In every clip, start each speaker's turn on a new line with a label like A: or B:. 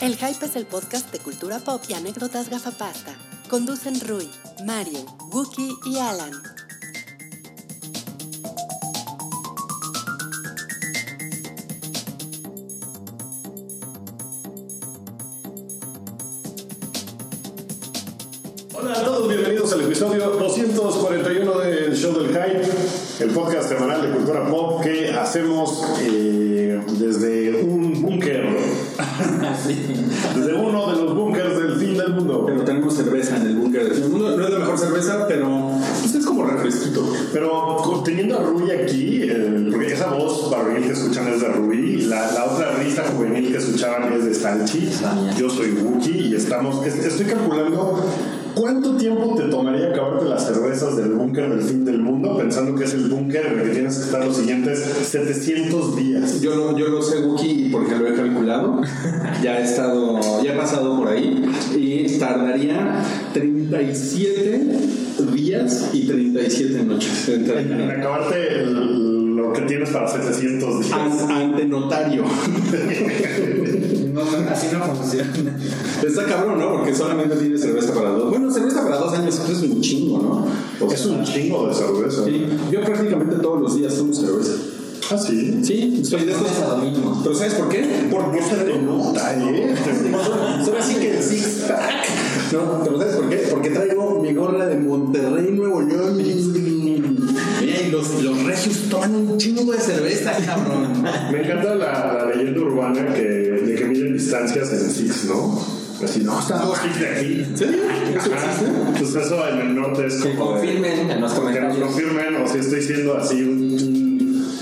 A: El Hype es el podcast de cultura pop y anécdotas gafapasta. Conducen Rui, Mario, Wookie y Alan.
B: Hola a todos, bienvenidos al episodio 241 del Show del Hype, el podcast semanal de cultura pop que hacemos eh, desde un búnker,
C: Ah,
B: desde uno de los búnkers del fin del mundo.
D: Pero tenemos cerveza en el búnker del mundo. No es la mejor cerveza, pero pues, es como refresquito.
B: Pero co- teniendo a Rui aquí, eh, porque esa voz barril que escuchan es de Rui, la, la otra risa juvenil que escuchaban es de Stanchi, yo soy Wookie y estamos, es- estoy calculando cuánto tiempo te tomaría acabarte las cervezas del búnker del fin del mundo pensando que es el búnker en el que tienes que estar los siguientes 700 días.
D: Yo lo, yo lo sé, Wookie, porque lo he calculado. Ya he estado, ya he pasado por ahí. Y tardaría 37 días y 37 noches. en
B: En, en
D: terminar.
B: acabarte el- lo que tienes para 700 días.
D: An- ante notario.
C: No, así no funciona.
D: Está cabrón, ¿no? Porque solamente tiene cerveza para dos. Bueno, cerveza para dos años eso es un chingo, ¿no? O
B: Es
D: sea,
B: un chingo de cerveza.
D: sí. Yo prácticamente todos los días tomo cerveza.
B: Ah, sí.
D: Sí, soy de estos.
C: Lunes a domingo.
D: ¿Pero sabes por qué?
B: Por no se te nota, ¿eh?
D: Solo así que el six pack. No, pero ¿sabes por qué? Porque traigo mi gorra de Monterrey, Nuevo León. Mira, y los, los regios toman un chingo de cerveza, cabrón.
B: Me encanta la, la leyenda urbana que, de que miden distancias en six, ¿no? Así, no, está dos six de aquí.
D: ¿En serio? ¿Eso existe?
B: Pues eso en el norte es
C: Que
B: como. de-
C: confirmen en los
B: que nos
C: comentarios.
B: confirmen o si estoy siendo así un.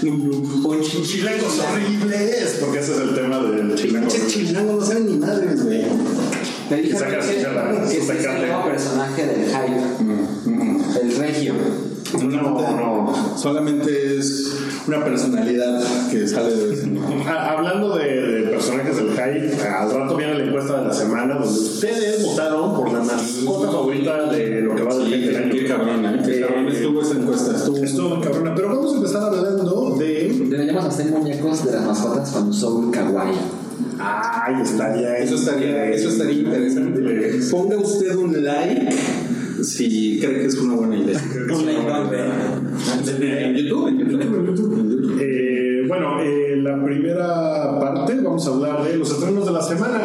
C: Un
B: un chilangos horribles, porque ese es el tema del chilango.
D: Pinches chilangos no saben ni madres, güey.
C: Me dijeron
B: saca la
C: que-
B: chicharra,
C: que
B: su
C: este es el
B: tecate.
C: nuevo personaje del hype. El regio.
B: No, no.
D: Solamente es una personalidad que sale de vez en cuando.
B: Ha- Ah, Hablando de, de personajes del hype, al rato viene la encuesta de la semana donde ustedes votaron por la mascota favorita de lo que va del fin del año.
D: cabrón, ¿eh? Qué cabrón estuvo esa encuesta. Estuvo
B: Esto, cabrona. Pero vamos a empezar hablando de.
C: Deberíamos hacer muñecos de las mascotas con soul kawaii.
B: Ay, estaría.
D: Eso estaría, eso estaría interesante. Ponga usted un like si cree que es una buena idea. En YouTube, en YouTube, en YouTube, en YouTube.
B: Eh, bueno, eh, la primera parte vamos a hablar de los estrenos de la semana.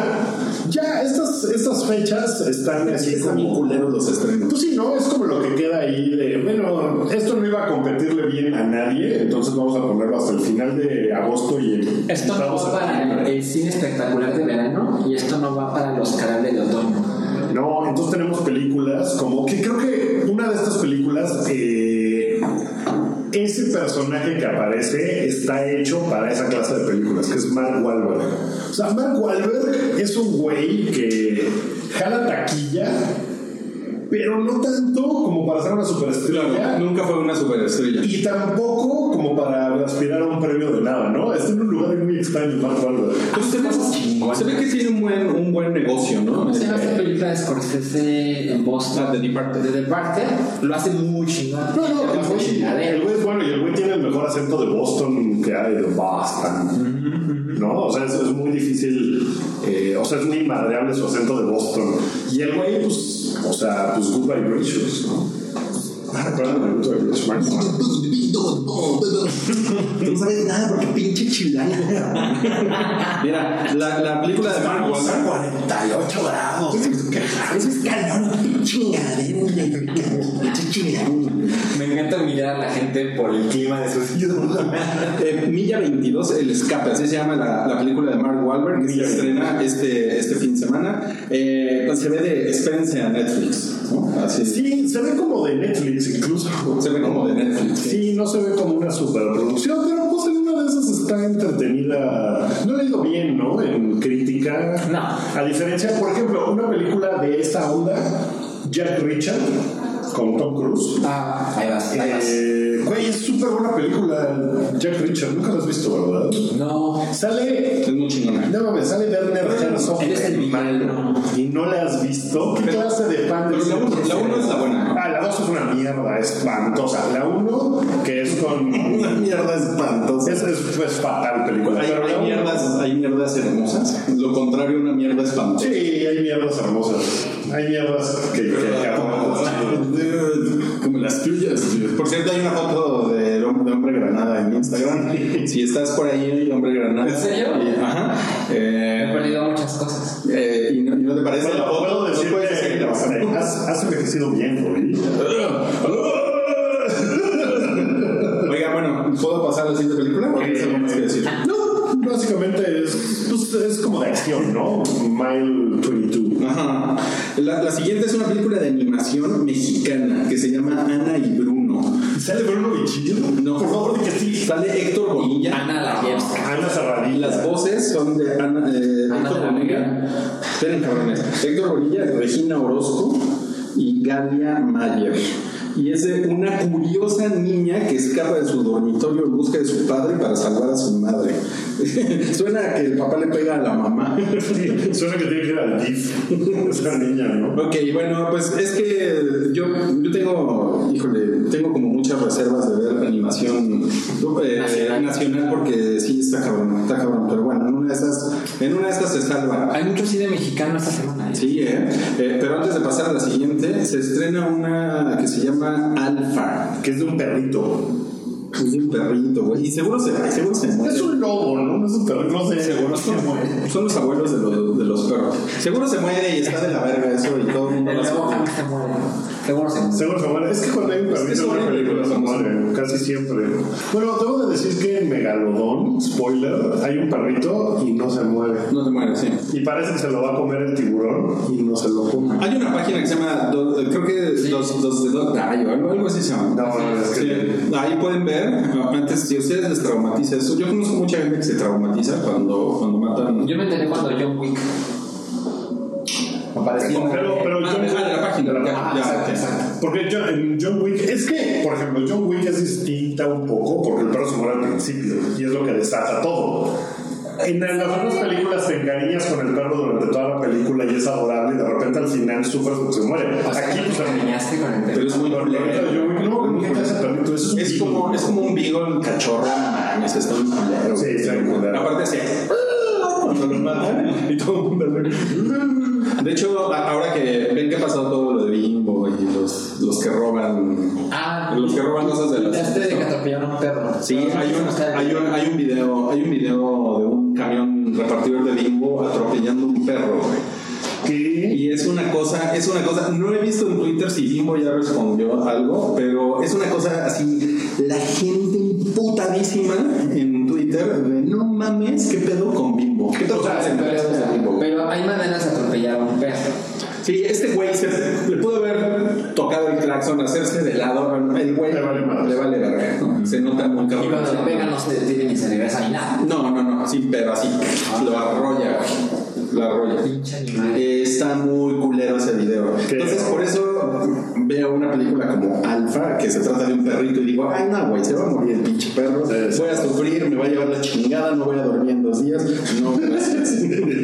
B: Ya, estas, estas fechas están así
D: Están bien
B: como.
D: culeros los estrenos.
B: Pues sí, ¿no? Es como lo que queda ahí de, bueno, esto no iba a competirle bien a nadie, entonces vamos a ponerlo hasta el final de agosto y
C: Esto no
B: vamos
C: va
B: a-
C: para el cine espectacular de verano y esto no va para el Oscar del otoño.
B: No, entonces tenemos películas como que creo que una de estas películas, eh, ese personaje que aparece está hecho para esa clase de películas, que es Mark Wahlberg. O sea, Mark Wahlberg es un güey que jala taquilla, pero no tanto como para ser una superestrella.
D: Claro, nunca fue una superestrella.
B: Y tampoco como para aspirar a un premio de nada, ¿no? Está en un lugar muy extraño, Mark Wahlberg.
D: Pero se ve- Se ve que tiene un buen, un buen negocio, ¿no?
C: ¿Cómo se llama esta
D: Eh,
C: película de Scorsese en Boston?
D: Ah, The Departed.
C: De Departed. Lo hace muy chingón.
B: No, no, pues
C: Lo
B: el
C: hace muy
B: güey, el
C: chingadero.
B: güey es bueno y el güey tiene el mejor acento de Boston que hay, de Boston. ¿No? O sea, es, es muy difícil, eh, o sea, es muy inmadreable su acento de Boston. Y el güey, pues, o sea, pues Goodbye Gracious, ¿no? Recuerdan de Goodbye Gracious.
D: No sabes nada porque pinche chilanga. Mira, la, la película de Mark Wahlberg.
E: 48 grados. Eso es calor, chingadero,
C: Me encanta mirar a la gente por el clima de sus
D: Eh, Milla 22, El Escape, así se llama la, la película de Mark Wahlberg, que se
B: Milla
D: estrena este, este fin de semana. Eh, pues se ve de, espérense a Netflix, ¿no? Así
B: Sí, se ve como de Netflix incluso.
D: se ve como de Netflix.
B: Sí, no se ve como una superproducción, pero pues en una de esas está entretenida. No le ha ido bien, ¿no? En crítica.
C: No.
B: A diferencia, por ejemplo, una película de esta onda, Jack Richard, con Tom Cruise.
C: Ah, ahí vas, ahí vas.
B: Eh, güey, es súper buena película, Jack Richard. Nunca la has visto, ¿verdad?
C: No,
B: Sale.
D: Es muy chingona.
B: No mames, sale Werner Herzog.
C: eres el villano.
B: Y este no la has visto. ¿Qué
D: este Pero-
B: clase de fan
D: Pero
B: de
D: la uno- la uno es la buena.
B: Ah, la 2 es una mierda espantosa. La 1, que es con.
D: Una mierda espantosa.
B: Es, es, es fatal película.
D: Hay,
B: pero
D: hay
B: la uno-
D: mierdas, hay mierdas hermosas. Lo lo contrario, una mierda espantosa.
B: Sí, hay mierdas hermosas. Hay mierdas que, que, que acaban chido.
D: Como las tuyas. tío. Por cierto, hay una foto de, de Hombre Granada en Instagram. Si estás por ahí, Hombre Granada.
C: ¿En serio?
D: Y- Ajá.
C: He
D: Eh,
C: perdido muchas cosas.
D: eh, y, no, y no te parece
B: Bueno,
D: la foto?
B: puedo
D: ¿No
B: decir
D: puedes
B: que
D: decir la foto?
B: has, has envejecido bien, Rui.
D: Oiga, bueno, ¿puedo pasar a la siguiente película? ¿O tienes algo más que decir?
B: No, básicamente es, pues, es como de acción, ¿no? Mile 22.
D: Ajá. La, la siguiente es una película de animación mexicana que se llama Ana y Bruno.
B: ¿Sale Bruno Bichillo?
D: No.
B: Por favor, di que sí.
D: Sale Héctor Bonilla.
C: Ana Lajewska.
B: Ana
D: Y
B: Serradilla.
D: las voces son de Ana, eh,
C: Ana
D: Héctor
C: de la
D: Bonilla.
C: Vega.
D: Esperen, cabrones. Héctor Bonilla, Regina Orozco y Galia Mayer. Y es de una curiosa niña que escapa de su dormitorio en busca de su padre para salvar a su madre. Suena a que el papá le pega a la mamá.
B: Sí, Suena que tiene que ir al DIF. Esa niña, ¿no?
D: Ok, bueno, pues es que yo, yo tengo, híjole, tengo como muchas reservas de ver animación eh, nacional.
C: Nacional.
D: porque sí está cabrón, está cabrón, pero bueno, en una de esas, en una de estas se salva.
C: Hay mucho cine mexicano esta semana. ¿eh?
D: Sí, eh, eh, pero antes de pasar a la siguiente, se estrena una que se llama Alfa,
B: Que es de un perrito.
D: que es de un perrito, güey, y seguro se, seguro se muere.
B: Es un lobo, ¿no? Es un perrito. No sé.
D: Seguro se muere. Son los abuelos de los, de los perros. Seguro se muere y está de la verga eso y todo el mundo
C: El
D: lo hace.
C: nuevo Hank se muere. Seguro se muere.
B: Seguro se muere. Es que cuando hay un
D: que
B: perrito en
D: sobre-
B: una película se muere, casi siempre. Bueno, debo de decir que en Megalodón, spoiler, hay un perrito y no se muere.
D: No se muere, sí.
B: Y parece que se lo va a comer el tiburón y no se lo come.
D: Hay una página que se llama, Do- eh, creo que dos, dos de Dog Die o algo, algo así se llama.
B: No, no, es que-
D: Sí, Ahí pueden ver, antes, si a ustedes les traumatiza eso, yo conozco mucha gente que se traumatiza cuando, cuando matan.
C: Yo me enteré cuando John Wick. Apareció.
B: Pero, pero
D: Ah,
B: John Wick-
D: ah, de la página,
B: de la
D: ya,
C: Ah,
D: ya,
C: exacto,
D: ya.
C: exacto.
B: Porque John, en John Wick, es que, por ejemplo, John Wick es distinta un poco porque el perro se muere al principio y es lo que desata todo. En las otras películas te encariñas con el perro durante toda la película y es adorable y de repente al final sufres porque se muere.
C: O sea,
B: Aquí,
C: que
B: pues,
C: te engañaste con el
D: Pero
C: perro.
D: es muy
B: Pero la neta, yo, güey, no, ¿qué te hace perrito? Eso es
D: Es
B: un
D: como, es como un beagle cachorro, mames, está un culero.
B: Sí, está un culero.
D: Aparte así, cuando lo matan y todo el mundo hace- De hecho, a- ahora que ven que ha pasado todo lo de Bimbo y los, los que roban,
C: Ah,
D: los que roban cosas de las...
C: Este de que atropellaron a un perro.
D: Sí,
C: Pero no
D: hay
C: sé
D: un,
C: cómo está el-
D: hay, un, hay un video, hay un video de un camión repartidor de bimbo atropellando un perro, güey.
B: ¿Qué?
D: Y es una cosa, es una cosa, no he visto en Twitter si Bimbo ya respondió algo, pero es una cosa así, la gente imputadísima en Twitter de no mames, qué pedo con Bimbo. ¿Qué pedo con las empresas de Bimbo? güey?"
C: Pero hay maneras de atropellar a un perro.
D: Sí, este güey se- le pudo haber tocado el claxon, hacerse de lado, el güey
B: Le vale madre.
D: le vale verga, ¿no? Se nota muy
C: Y
D: cabrón.
C: cuando le pegan no se detiene ni se regresa ni nada.
D: No, no, no, sí, pero así lo arrolla, güey. Lo arrolla.
C: Pinche animal.
D: Eh, Está muy culero ese video.
B: Qué
D: Entonces,
B: horror.
D: por eso veo una película como Alfa, que se trata de un perrito, y digo, ay, no, güey, se va a morir el pinche perro,
B: Sí.
D: voy a sufrir, me va a llevar la chingada, no voy a dormir en dos días. No, gracias.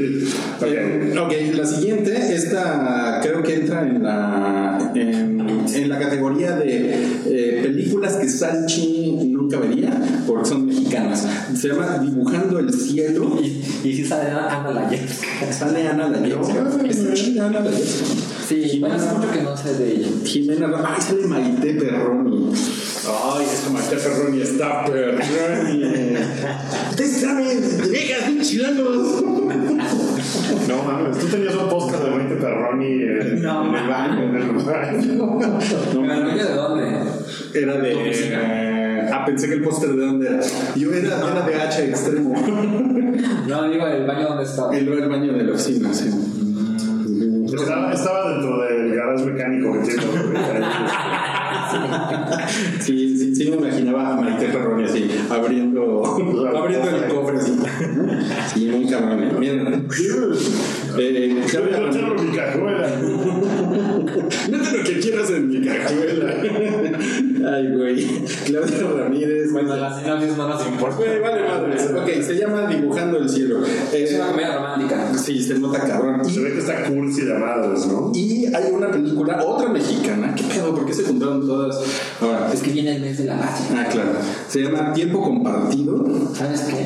D: Eh, ok, la siguiente, esta creo que entra en la, en, en la categoría de eh, películas que Sanchi nunca vería, porque son mexicanas. Se llama Dibujando el Cielo.
C: Y, y si sale Ana la Jessica.
D: Sale Ana Layevska. Está chida Ana Layevska.
C: Sí, bueno, hace mucho que no sé de ella.
D: Jimena, ah, ay, sale Maite Perroni. Ay, esta Maite Perroni está Perroni. Ustedes saben, dejas de chilanos.
B: No mames, tú tenías un podcast de 20 Perroni en,
C: No,
B: en el baño, en el baño.
D: No,
C: ¿Pero
D: mames.
C: ella de dónde?
D: Era de. eh, Ah, pensé que el póster de dónde era. Yo era, era de H extremo.
C: No, digo, el baño donde estaba.
D: El el baño de la oficina, sí.
B: Estaba, estaba dentro del garage mecánico que tiene.
D: Sí, sí, sí, me imaginaba a Maite Perroni así, abriendo, abriendo el cofre así. Sí, muy cabrón. ¿eh? Miren, eh, ya
B: Yo
D: verán.
B: echaron mi cajuela.
D: Mete lo que quieras en mi cajuela. Ay, güey. Claudia Ramírez.
C: Bueno, las sinapsis no nos importan.
D: Güey, vale madres. Ok, se llama Dibujando el Cielo.
C: Es
D: Eh,
C: una comedia romántica.
D: sí, se nota cabrón.
B: Se ve que está cursi de madres, ¿no?
D: Y hay una película, otra mexicana. ¿Qué pedo? ¿Por qué se juntaron todas? Ahora,
C: Es que viene el mes de la paz.
D: ah, claro. Se llama Tiempo Compartido.
C: ¿Sabes qué?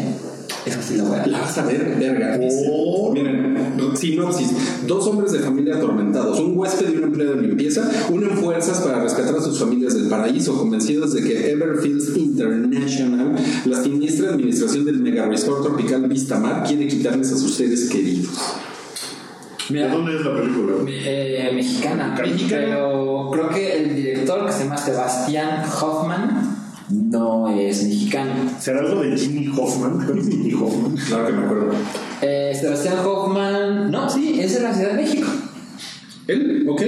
C: Eso sí lo voy a
D: La vas a ver, verga. dice.
B: Por-
D: Miren, sinopsis. Dos hombres de familia atormentados, un huésped y un empleado de limpieza, unen fuerzas para rescatar a sus familias del paraíso, convencidos de que Everfields International, la siniestra administración del mega resort tropical Vistamar, quiere quitarles a sus seres queridos.
B: ¿De
C: Mira,
B: dónde es la película?
C: eh, mexicana.
D: Mexicana.
C: Pero creo que el director que se llama Sebastián Hoffman no es mexicano.
B: ¿Será algo de Jimmy Hoffman? ¿Cuál es Jimmy Hoffman?
D: Claro que me acuerdo.
C: Eh, Sebastián Hoffman, no, sí, es de la Ciudad de México.
D: ¿Él? ¿Ok?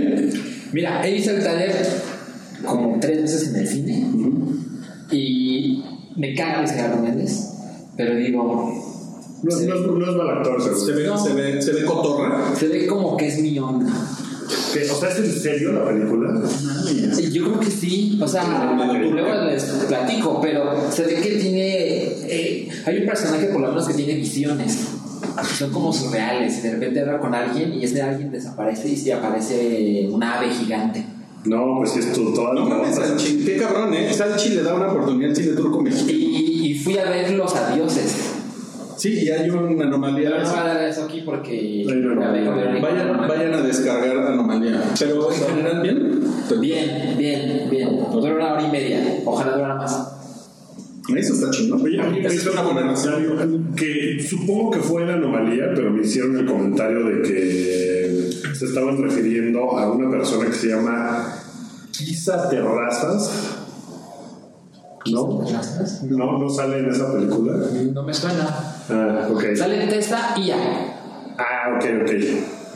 C: Mira, he visto el taller como tres veces en el cine y me caga Luis Gerardo Méndez, pero digo,
B: No, es- no es- no es mal actor, seguro.
D: Se ve, se ve, se ve cotorra.
C: se ve como que es mi onda.
B: ¿Qué? O sea, ¿es en serio la película?
C: Sí, Yo creo que sí, o sea, luego les platico, pero se ve que tiene, eh, hay un personaje por lo menos que tiene visiones, que son como surreales, y de repente habla con alguien y ese alguien desaparece y se aparece un ave gigante.
B: No, pues sí, es tu- toda
D: No
B: la
D: mames,
B: cosa.
D: Salchi. Qué cabrón, ¿eh? Salchi le da una oportunidad al cine turco mexicano.
C: Y, y fui a ver los adioses.
D: Sí, y hay una anomalía.
C: Pero no voy a dar eso aquí porque
B: Ay, no, no,
C: la veo
B: no.
C: de-
D: Vayan, vayan a descargar Anomalía. Pero en general, bien.
C: Bien, bien, bien. Dura una hora y media. Ojalá durara más.
D: Eso está chingón.
B: Oye, a mí me
D: Esa es
B: hizo
D: una
B: un
D: buena razón.
B: comentario que supongo que fue la anomalía, pero me hicieron el comentario de que se estaban refiriendo a una persona que se llama Isa Terrazas. ¿No? No, no sale en esa película.
C: No me suena.
B: Ah, ok.
C: Sale Testa y ya.
B: Ah, ok, ok.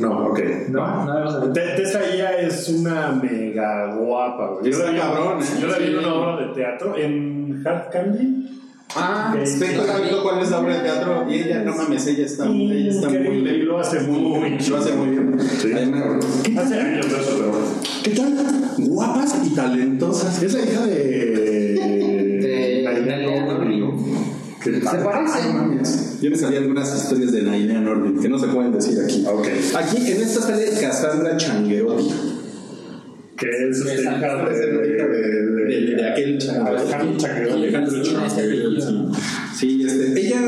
B: No, ok.
C: No, no lo sé.
B: Te- Tessa Ia es una mega guapa, güey. Yo la
D: Está
B: vi,
D: cabrón, ¿eh?
B: yo la vi en una obra de teatro en Hard Candy.
C: Ah,
B: Ok.
D: Vengo sabiendo cuál es la obra de teatro y ella, no mames, ella está, ella está muy
B: Increíble, y
D: bien.
B: lo hace muy bien.
D: Lo hace muy bien.
B: Sí.
D: Ahí me acuerdo.
B: Hace años de eso, pero.
D: ¿Qué tal? Guapas y talentosas.
B: Es la hija de.
C: De-
B: Aida Nobri, ¿no? Que-
C: se
D: No
C: parecen.
D: mames. Yo me sabía algunas historias de Naidea Norby que no se pueden decir aquí.
B: Ah, Ok.
D: Aquí en esta sale Cassandra Changueotti.
B: Que es
C: Me
B: este,
C: sale-
B: hija de. De,
D: De- de aquel chacal.
B: Alejandro Chacal.
C: Alejandro Chacal.
D: Sí, este, ella,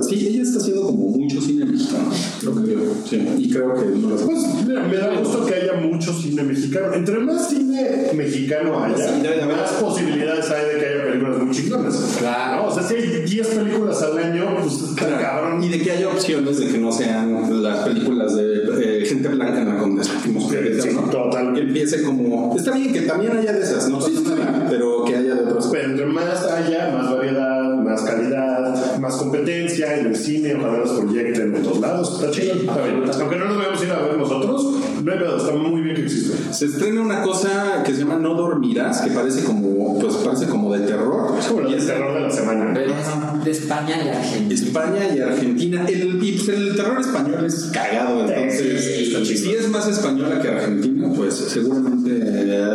D: sí, ella está haciendo como mucho cine mexicano, lo que veo. Sí, y creo que no lo hace.
B: Pues mira, me da gusto que haya mucho cine mexicano. Entre más cine mexicano haya,
D: Sí, debe de haber.
B: más posibilidades hay de que haya películas muy chingonas.
C: Claro.
B: No, o sea, si hay 10 películas al año, pues está
D: Claro.
B: cabrón.
D: Y de que haya opciones de que no sean las películas de eh, gente blanca en la condesa y mujeres,
B: Sí,
D: ¿no?
B: total.
D: Que empiece como. Está bien que también haya de esas, ¿no? pasa nada, pero que haya de otras.
B: Pero entre más haya, más variedad, más calidad, más competencia en el cine, ojalá los proyecten en todos lados. Está chido, está bien. Aunque no nos vayamos a ir a ver nosotros, no hay pedo, está muy bien que exista.
D: Se estrena una cosa que se llama No Dormirás, que parece como, pues parece como de terror.
B: Es como el terror de la semana.
C: Pero es de España y Argentina.
D: España y Argentina. El, y, pues, el terror español es cagado, entonces
B: Sí, está chido.
D: si es más española que argentina, pues seguramente eh,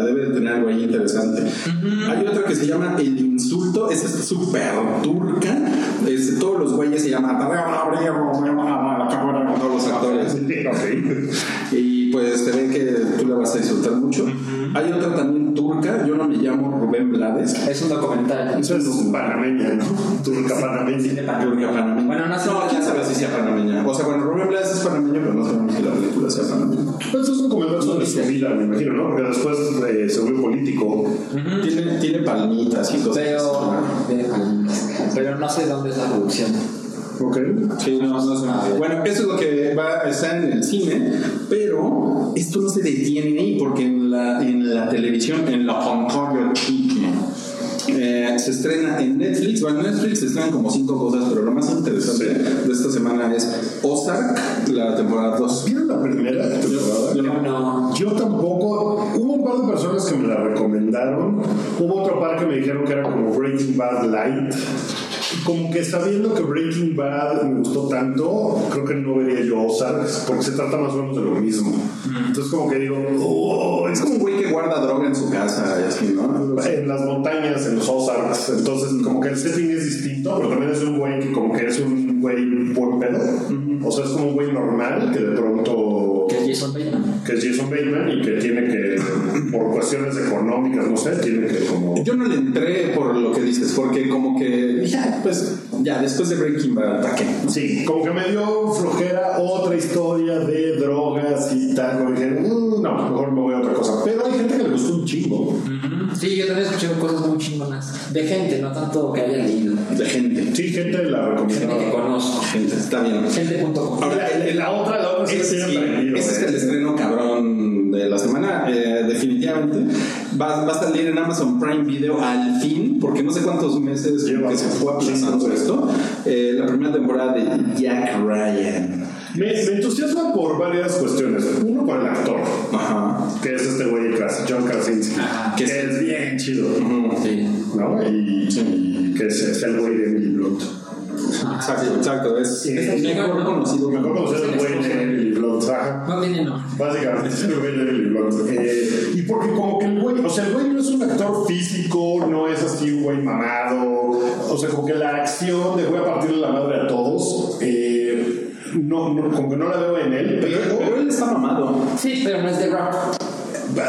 D: debe de tener algo ahí interesante. Hay otra que se llama El Insulto, esa es súper turca, es, todos los güeyes se llaman todos los actores.
B: Ok.
D: Y pues se ve que tú la vas a disfrutar mucho. Hay otra también turca, yo no me llamo Rubén Blades.
C: Es un documental.
B: Eso es panameña, ¿no? Turca panameña.
D: Turca panameña.
C: Bueno, no sé.
D: No, quién sabe si sea panameña. O sea, bueno, Rubén Blas es panameño, pero no sabemos si la película sea panameña.
B: Eso es un comentario sobre su vida, me imagino, ¿no? Porque después eh, se volvió político.
D: Tiene, tiene palmitas y cosas.
C: Pero, pero no sé dónde es la producción.
B: Ok.
D: Sí, no, no sé. Ah, Bueno, eso es lo que va a estar en el cine, pero esto no se detiene ahí, porque en la, en la televisión, en la pantalla chica, eh, se estrena en Netflix. Bueno, en Netflix se estrenan como cinco cosas, pero lo más interesante de esta semana es Ozark, la temporada 2.
B: ¿Vieron la primera temporada?
C: Yo no.
B: Yo tampoco. Hubo un par de personas que me la recomendaron. Hubo otro par que me dijeron que era como Breaking Bad Light. Como que sabiendo que Breaking Bad me gustó tanto, creo que no vería yo Ozark, porque se trata más o menos de lo mismo. Entonces, como que digo, "Oh, es
D: Es como
B: como
D: un güey que guarda droga en su casa, y así, ¿no?
B: en las montañas, en los Ozarks. Entonces, como que el setting es distinto, pero también es un güey que, como que es un güey güey buen pedo. O sea, es como un güey normal que de pronto.
C: Que es Jason Bateman.
B: que es Jason Bateman y que tiene que, por cuestiones económicas, no sé, tiene que como.
D: Yo no le entré por lo que dices, porque como que dije, "Ah, pues ya, después de Breaking Bad, ¿para qué?
B: Sí, como que me dio flojera otra historia de drogas y tal. Como dije, "Mm, no, mejor me voy a otra cosa. Pero hay gente que le gustó un chingo.
C: Sí, yo también he escuchado cosas muy chingonas. De gente, no tanto que haya leído.
D: La gente.
B: Sí, gente la
C: Gente que
B: recomendaba.
C: conozco.
D: Gente, está bien.
C: Gente.com.
D: Ahora, el- el- la otra, la otra,
B: Ese
D: sí,
B: ya aprendido,
D: ese es
B: eh.
D: el estreno cabrón de la semana, eh, definitivamente. Va, va a salir en Amazon Prime Video al fin, porque no sé cuántos meses
B: Lleva
D: que se fue aplazando esto. Eh, la primera temporada de Jack Ryan.
B: Me, me entusiasma por varias cuestiones. Uno, por el actor,
D: Ajá.
B: que es este güey, Kras- John Krasinski, que es bien chido,
C: Sí.
B: ¿no? Y, y que es, es el güey de Emily Blunt.
D: Exacto, exacto. Es,
B: Sí.
D: es mejor conocido.
B: Mejor conocer el güey de Emily Blunt, ajá.
C: No tiene nombre.
B: Básicamente, es el güey de Emily Blunt. Eh, y porque como que el güey, o sea, el güey no es un actor físico, no es así un güey mamado, o sea, como que la acción de voy a partirle la madre a todos, eh, no, no, como que no la veo en él,
D: Pero, pero
B: pero...
D: él está mamado.
C: Sí, pero no es de rock.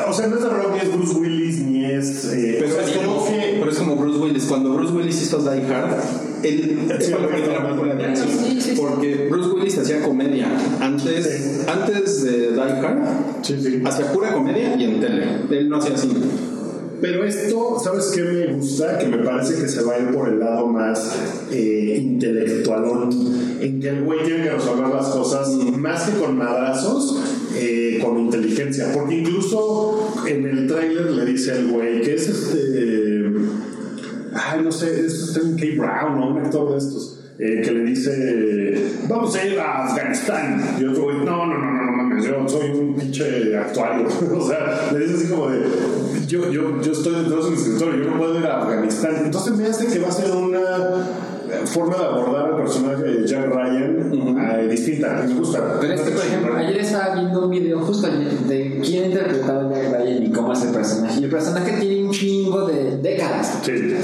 B: O sea, no es de rock, ni es Bruce Willis, ni es... eh, o
D: Pero
B: sea,
D: es, como, pero es como Bruce Willis. Cuando Bruce Willis hizo Die Hard, él
B: Sí,
D: fue la
B: sí,
D: primera
B: sí.
D: película de acción.
C: Sí, sí, sí.
D: Porque Bruce Willis hacía comedia. Antes, antes de Die Hard,
B: Sí, sí.
D: hacía pura comedia y en tele. Él no hacía cine.
B: Pero esto, ¿sabes qué me gusta? Que me parece que se va a ir por el lado más eh, intelectualón, en que el güey tiene que resolver las cosas más que con madrazos, eh, con inteligencia. Porque incluso en el tráiler le dice al güey que es este... Ay, no sé, es Sterling K. Brown, ¿no? Un actor de estos. eh, que le dice, vamos a ir a Afganistán. Y otro güey, no, no, no, no, no mames, yo soy un pinche actuario. o sea, le dice así como de, yo, yo, yo estoy detrás de un escritorio, yo no puedo ir a Afganistán. Entonces me hace que va a ser una eh, forma de abordar al personaje de Jack Ryan eh, distinta. Me gusta.
C: Pero es que, por ejemplo, ayer estaba viendo un video justo ayer de quién interpretaba a Jack Ryan y cómo es el personaje. Y el personaje tiene un chingo de décadas.
B: Sí.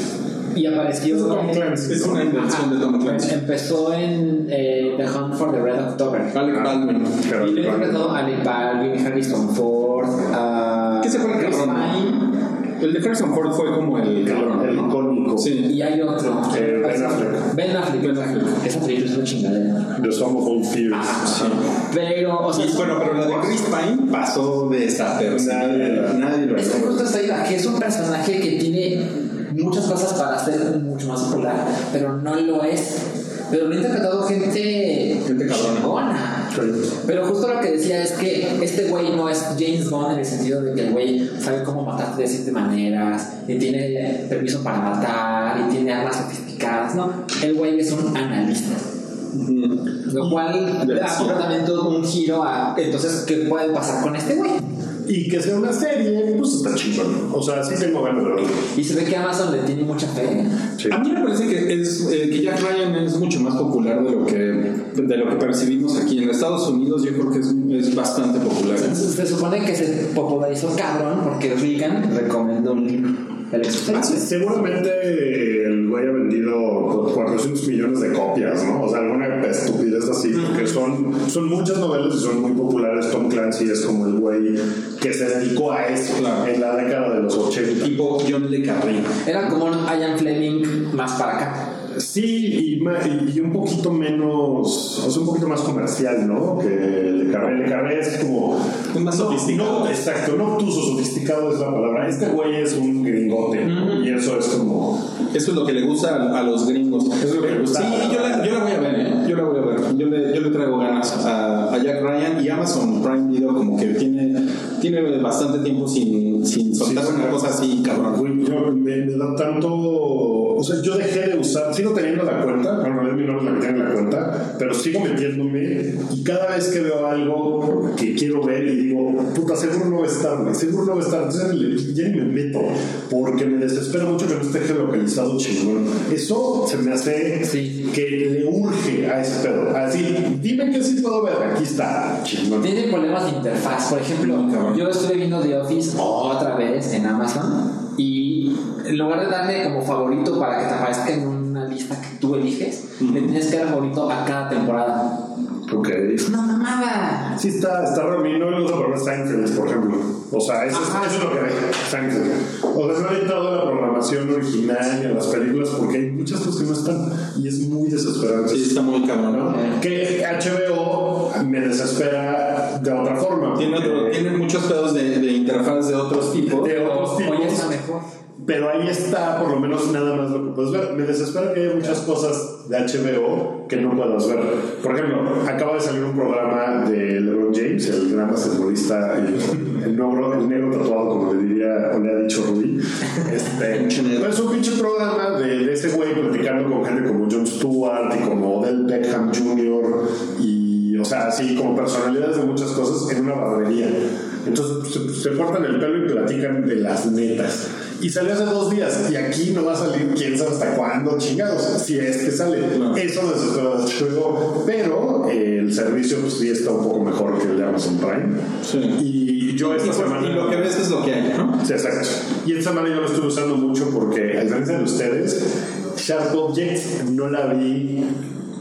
C: Y apareció.
B: Es Tom Clancy.
D: Es una invención
C: Ajá.
D: de Tom Clancy.
C: Empezó en eh, The Hunt for the Red October.
D: Alec Baldwin.
B: Pero-
C: Y le he interpretado a Alec Baldwin, Harrison Ford, a.
D: ¿Qué se fue el
C: Chris
D: cabrón?
C: Pine,
D: El de Harrison Ford fue como el cabrón.
B: El
D: ¿no?
B: icónico.
D: Sí.
C: Y hay otro.
B: Eh, Ben Affleck.
C: Ben Affleck.
D: Ben Affleck.
C: Esa película es una chingadera.
B: The Sum of All Fears.
C: Ah, Pero, o sea.
D: Y
C: son-
D: bueno, pero la de Chris Pine pasó desapercibida.
B: Nadie-
D: Nadie lo
C: Es que
D: recuerda.
C: justo esta idea, que es un personaje que tiene muchas cosas para ser mucho más popular, pero no lo es. Pero lo ha interpretado gente,
D: Gente cabrona.
C: chingona. Pero justo lo que decía es que este güey no es James Bond en el sentido de que el güey sabe cómo matarte de siete maneras, y tiene permiso para matar, y tiene armas sofisticadas, ¿no? El güey es un analista. Lo cual
D: De
C: le da
D: acción.
C: completamente un giro a entonces, ¿qué puede pasar con este güey?
B: Y que sea una serie, pues está chingón. O sea, sí tengo ganas de verlo.
C: Y se ve que Amazon le tiene mucha fe.
B: Sí.
D: A mí me parece que, es, eh, que Jack Ryan es mucho más popular de lo que, de lo que percibimos aquí. En Estados Unidos yo creo que es, es bastante popular.
C: Se se supone que se popularizó cabrón porque Reagan recomendó un libro.
B: Ah,
C: El
B: sí,
C: exorcista.
B: Seguramente el güey ha vendido 400 millones de copias, ¿no? O sea, alguna estupidez así, porque son, son muchas novelas y son muy populares. Tom Clancy es como el güey que se dedicó a eso
D: Claro.
B: en la década de los 80.
D: Tipo John Le Carré.
C: Era como un Ian Fleming más para acá.
B: Sí, y, ma- y- y un poquito menos, o sea, un poquito más comercial, ¿no? Que Le Carré. Le Carré es como...
D: Es más sofisticado.
B: No, exacto, no obtuso, sofisticado es la palabra. Este güey es un gringote, ¿no? y eso es como...
D: Eso es lo que le gusta a, a los gringos.
B: es lo que le gusta.
D: Sí, yo la, yo la voy a ver, ¿eh? Yo la voy a ver. Yo le, yo le traigo ganas a, a Jack Ryan y Amazon Prime Video como que tiene, tiene bastante tiempo sin, sin soltar
B: Sí, sí.
D: una cosa así, cabrón.
B: Güey, yo- me, me da tanto. O sea, yo dejé de usar, sigo teniendo la cuenta, bueno, en realidad mi novia es la que tiene la cuenta, pero sigo metiéndome y cada vez que veo algo que quiero ver y digo, puta, seguro no va a estar, güey, seguro no va a estar. Entonces le- ya ni me meto, porque me desespera mucho que no esté geolocalizado chingón. Eso se me hace
C: Sí.
B: que le urge a ese pedo. Así, dime que sí puedo ver, aquí está, chingón.
C: Tiene problemas de interfaz. Por ejemplo, yo estuve viendo The Office otra vez en Amazon y en lugar de darle como favorito para que te aparezca en una lista lista que tú eliges, le tienes que dar favorito a cada temporada.
B: Ok.
C: ¡Es una mamada!
B: Sí, está, está Romino y los programas Seinfeld, por ejemplo. O sea, eso, es-
C: Ajá.
B: eso es lo que hay. Seinfeld. O sea, se ha orientado a la programación original y a las películas porque hay muchas cosas que no están y es muy desesperante.
D: Sí, está muy cabrón, ¿no?
B: Que HBO me desespera de otra forma.
D: Tiene, otro-
B: porque-
D: tiene muchos pedos de, de interfaz de otros tipos.
B: de otros tipos.
C: Oye, está mejor.
B: Pero ahí está, por lo menos nada más lo que puedes ver. Me desespera que haya muchas cosas de HBO que no puedas ver. Por ejemplo, acaba de salir un programa de LeBron James, el gran basquetbolista, el, el negro, el negro tatuado, como le diría, o le ha dicho Rudy. Este, pero es un pinche programa de, de ese güey platicando con gente como John Stewart y como Del Beckham Jr. y, o sea, así como personalidades de muchas cosas en una barbería. Entonces se, se cortan el pelo y platican de las netas. Y salió hace dos días y aquí no va a salir quién sabe hasta cuándo, chingados, si es que sale. Eso desespera luego. Pero eh, el servicio pues, sí está un poco mejor que el de Amazon Prime. Y yo
D: Y,
B: esta
D: pues,
B: semana...
D: y lo que ves es lo que hay, ¿no?
B: Sí, exacto. Y esta semana yo lo estuve usando mucho porque, a diferencia de ustedes, Sharp Objects no la vi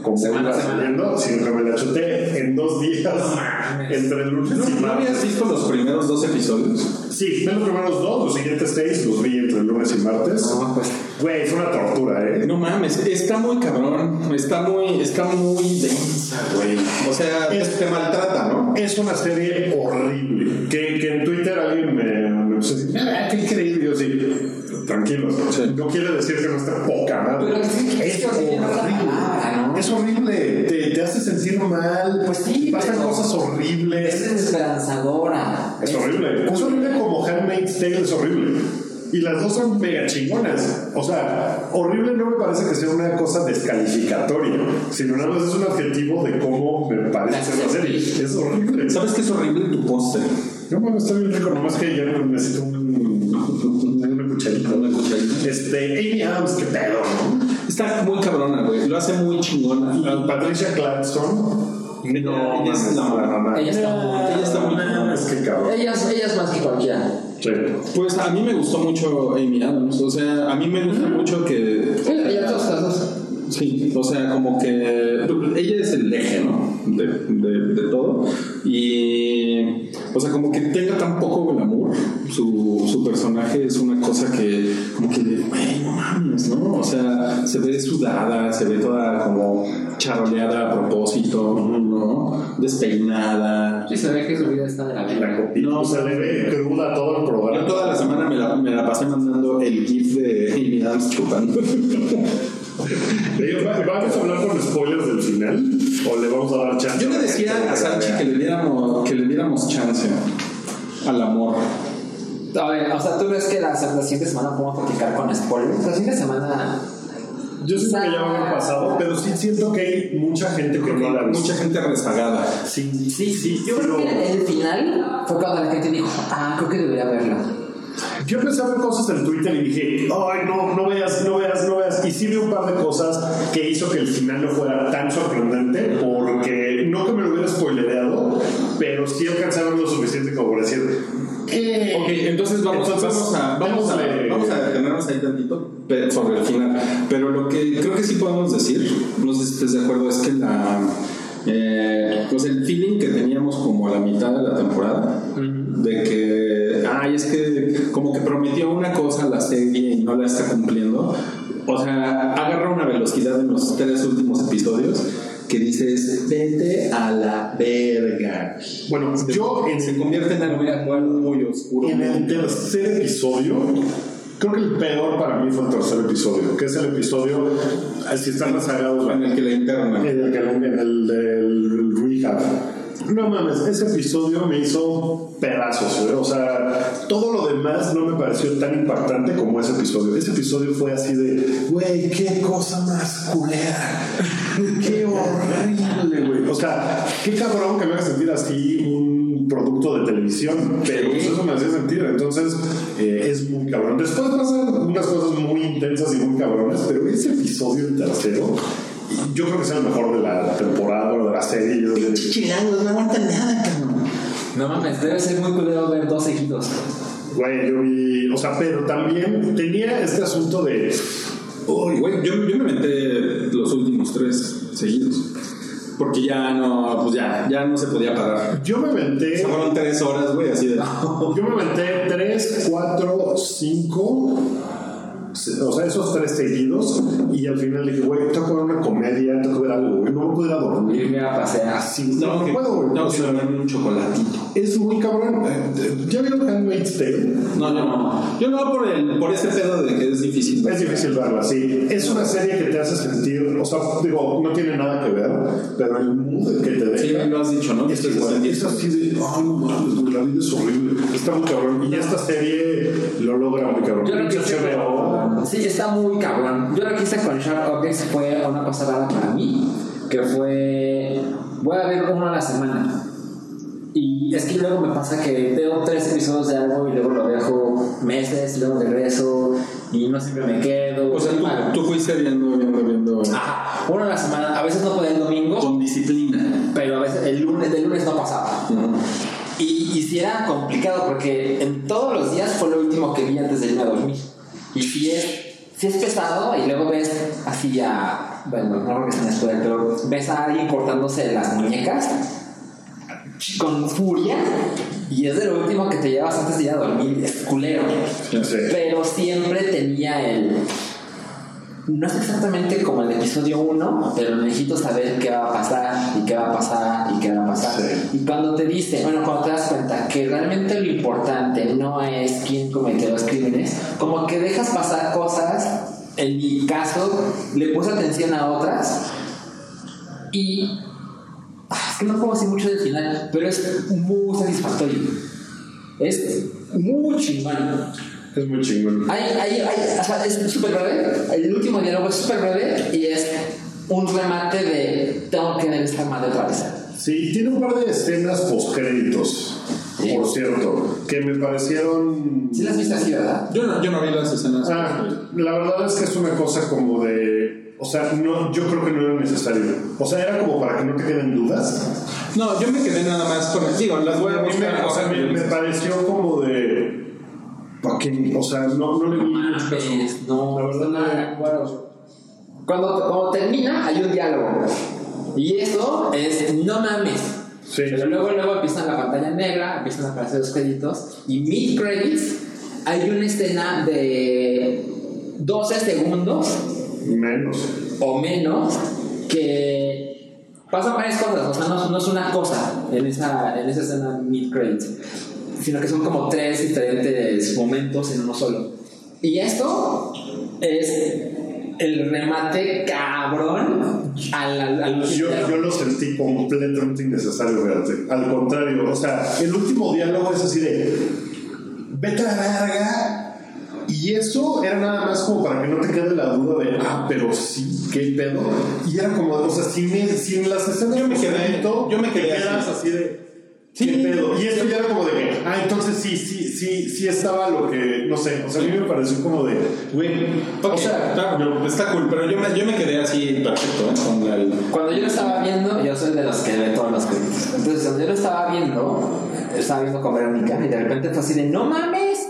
B: como
C: Semana a
B: iba
C: semana.
B: saliendo, sino que me la chuté en dos días, entre lunes
D: ¿No,
B: y
D: no
B: martes.
D: habías visto los primeros dos episodios?
B: Sí, vi los primeros dos, los siguientes seis los vi entre lunes y martes.
C: No, pues.
B: Güey, fue una tortura, ¿eh?
D: No mames, está muy cabrón, está muy, está muy densa, güey. O sea,
B: Es-
D: te maltrata, ¿no?
B: Es una serie horrible. Que, que en Twitter alguien me, me puso así, "Ah, qué increíble. Yo sí, tranquilos.
D: Sí.
B: No quiere decir que no esté poca madre.
C: Pero es que-
B: es
C: es que tiene otra palabra,
B: horrible.
C: ¿no?
B: Es horrible. Te, te hace sentir mal.
C: Pues sí,
B: Pasan
C: pero-
B: cosas
C: Es
B: horribles.
C: desesperanzadora.
B: Es horrible. Es horrible como Handmaid's Tale es horrible. Y las dos son mega chingonas. O sea, horrible no me parece que sea una cosa descalificatoria, sino nada más es un adjetivo de cómo me parece ser la serie. Es horrible.
D: ¿Sabes qué es horrible tu postre?
B: No, bueno, está bien rico, nomás que ya no necesito un, una cucharita.
D: Una cucharita.
B: Este, Amy Adams, qué pedo, ¿no?
D: Está muy cabrona, güey. Lo hace muy chingona.
B: Y Patricia Clarkson.
D: No,
B: ella es
D: mames,
B: la
D: no.
B: mamá.
C: Ella está muy-
D: ella está muy-
B: Es que cabrón.
C: Ellas, ellas más que cualquiera.
B: Sí.
D: Pues a mí me gustó mucho Amy Adams. O sea, a mí me gusta mucho que.
C: Sí, ellas dos, las dos.
D: Sí, o sea, como que ella es el eje, ¿no? De, de- de todo. Y, o sea, como que tenga tan poco glamour, su, su personaje es una cosa que, como que, güey, no mames, ¿no? O sea, se ve sudada, se ve toda como charoleada a propósito, ¿no? Despeinada.
C: Sí, se ve que su vida está de la
B: La
C: verga.
B: copita.
D: No,
B: o sea, le ve cruda todo el
D: Yo
B: programa.
D: toda la semana me la, me la pasé mandando el GIF de Amy Adams chupando.
B: Oye, ¿va- ¿Vamos a hablar con spoilers del final? ¿O le vamos a dar chance?
D: Yo le decía a Sanchi que le diéramos, que le diéramos chance al amor.
C: A ver, o sea, ¿tú crees que la, la siguiente semana podemos platicar con spoilers? La siguiente semana.
B: Yo siento que ya va a haber pasado, pero sí siento que hay mucha gente que no la ha visto.
D: Mucha gente rezagada.
B: Sí, sí, sí.
C: Yo creo
B: pero-
C: que el final fue cuando la gente dijo, ah, creo que debería verla.
B: Yo empecé a ver cosas en Twitter y dije, ay, no, no veas, no veas, no veas. Y sí vi un par de cosas que hizo que el final no fuera tan sorprendente, porque no que me lo hubiera spoilereado, pero sí alcanzaron lo suficiente como para decir, eh,
D: Ok, entonces vamos,
B: Entonces,
D: vamos a, vamos, a,
B: démosle-
D: vamos a detenernos ahí tantito pero sobre el final. Pero lo que creo que sí podemos decir, no sé si estés de acuerdo, es que la, eh, pues el feeling que teníamos como a la mitad de la temporada, de que, ay, es que como que prometió una cosa la serie y no la está cumpliendo, o sea, agarra una velocidad en los tres últimos episodios que dices, vete a la verga.
B: Bueno, yo en
D: eh, Se convierte en algo muy oscuro.
B: En el tercer episodio, creo que el peor para mí fue el tercer episodio, que es el episodio, eh, si están rezagados,
D: en el que la interna.
B: En el, que le- en el del rehab. No mames, ese episodio me hizo pedazos. ¿eh? O sea, todo lo demás no me pareció tan impactante como ese episodio. Ese episodio fue así de, güey, qué cosa más culera. Qué horrible, güey. O sea, qué cabrón que me haga sentir así un producto de televisión. Pero pues, eso me hacía sentir. Entonces, eh, es muy cabrón. Después pasan unas cosas muy intensas y muy cabronas, pero ese episodio, el tercero, yo creo que es el mejor de la temporada o de la serie. Yo creo que-
E: Chilangos, no aguantan nada, cabrón.
C: No mames, debe ser muy culero ver dos seguidos.
B: Güey, yo vi. O sea, pero también tenía este asunto de.
D: Uy, güey, yo, yo me menté los últimos tres seguidos. Porque ya no, pues ya, ya no se podía parar.
B: Yo me
D: O
B: aventé.
D: sea, fueron tres horas, güey, así de.
B: Yo me aventé 3, 4, 5. O sea, esos tres seguidos. Y al final dije, güey, tengo que ver una comedia, tengo que ver algo, güey. No me puedo ir a dormir.
C: Irme a pasear.
B: Así, no, no
D: que-
B: puedo, güey.
D: No, se me un chocolatito.
B: Es muy cabrón. Eh, ¿Ya vieron Handmaid's Tale?
D: No, yo no. Yo no por, el, por ese pedo de que es difícil.
B: Es difícil verla, sí. Es una serie que te hace sentir, o sea, digo, no tiene nada que ver, pero el mood que te deja.
D: Sí, lo has dicho, ¿no?
B: Es
D: Que se
B: igual,
D: sentía-
B: es así de, ay, no mames, güey, la vida es horrible. Está muy cabrón. Y esta serie lo logra muy cabrón.
C: Yo lo que
B: Pinche
C: hice
B: HBO.
C: Sí, está muy cabrón. Yo lo que hice con Sharp Objects fue una pasarada para mí, que fue. Voy a ver uno a la semana. Y es que luego me pasa que veo tres episodios de algo y luego lo dejo meses, luego regreso y no siempre me quedo.
D: O sea, tú, tú fuiste viendo, viendo, viendo.
B: Ah,
C: Ajá, uno a la semana. A veces no podía el domingo.
D: Con disciplina.
C: pero a veces el lunes, el lunes no pasaba. Y, y si era complicado, porque en todos los días fue lo último que vi antes de irme a dormir. Y si es, si es pesado, y luego ves así a. Bueno, no creo que sea en escuela, pero ves a alguien cortándose las muñecas con furia. Y es de lo último que te llevas antes de ir a dormir, es culero.
B: Ya sé.
C: Pero siempre tenía el. No es exactamente como el episodio 1, pero necesito saber qué va a pasar y qué va a pasar y qué va a pasar.
B: Sí.
C: Y cuando te dice, bueno, cuando te das cuenta que realmente lo importante no es quién cometió los crímenes, como que dejas pasar cosas, en mi caso, le puse atención a otras y... ah, Es que no puedo decir mucho del final, pero es muy satisfactorio. Es muy chingón.
B: Es muy chingón.
C: Hay, hay, hay, o sea, es súper breve. El último diálogo es súper breve y es un remate de tengo que ver esta madre otra vez.
B: Sí, tiene un par de escenas postcréditos,
C: Sí.
B: por cierto, que me parecieron.
C: Sí las viste así, ¿verdad?
D: Yo no, yo no vi las escenas.
B: Ah, la verdad es que es una cosa como de. O sea, no, yo creo que no era necesario. O sea, era como para que no te queden dudas.
D: No, yo me quedé nada más con el. Digo, las voy a
B: A mí
D: buscar.
B: me, o sea, me, me pareció como de. ¿Para qué? O sea, no, no le vi mucho caso.
C: Mames, Eh, No,
B: La verdad,
C: no me Ah, acuerdo. Cuando, cuando termina, hay un diálogo. Y eso es no mames.
B: Sí.
C: Pero luego, luego empieza la pantalla negra, empiezan a aparecer los créditos. Y mid credits, hay una escena de 12 segundos
B: Menos.
C: o menos que pasan varias cosas, o sea, no, no es una cosa en esa, en esa escena mid-credit, sino que son como tres diferentes momentos en uno solo. Y esto es el remate cabrón al, al, al-
B: Yo, yo lo sentí completamente innecesario, fíjate. Al contrario, o sea, el último diálogo es así de. Vete a la verga. Y eso era nada más como para que no te quede la duda de, ah, pero sí, qué pedo. Y era como, o sea, sin, sin las escenas
D: Yo me
B: de
D: quedé-
B: conflicto,
D: yo me quedé
B: te quedas
D: así.
B: así de. ¿Qué pedo? Y esto ya era como de que, ah, entonces sí, sí, sí, sí estaba lo que, no sé, o sea, a mí me pareció como de, güey,
D: Ok,
B: o sea,
D: está, está cool, pero yo me, yo me quedé así perfecto ¿eh? con el.
C: Cuando yo lo estaba viendo, yo soy de los que ve todos los créditos. Entonces, cuando yo lo estaba viendo, estaba viendo con Verónica y de repente fue así de: ¡No mames!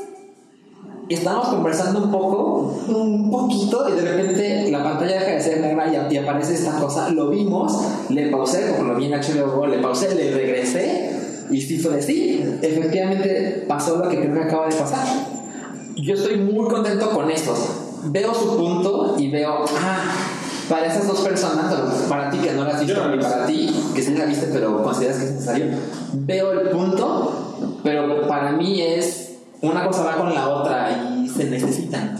C: Y estábamos conversando un poco, un poquito, y de repente la pantalla deja de ser negra y, a- y aparece esta cosa. Lo vimos, le pausé, como lo vi en HBO, le pausé, le regresé, y sí fue de sí. Efectivamente, pasó lo que creo que acaba de pasar. Yo estoy muy contento con esto. Veo su punto y veo, ah, para esas dos personas, o para ti que no las viste,
D: Yo no
C: y
D: las-
C: para ti que sí la viste, pero consideras que es necesario, veo el punto, pero para mí es una cosa va con la otra y se necesitan.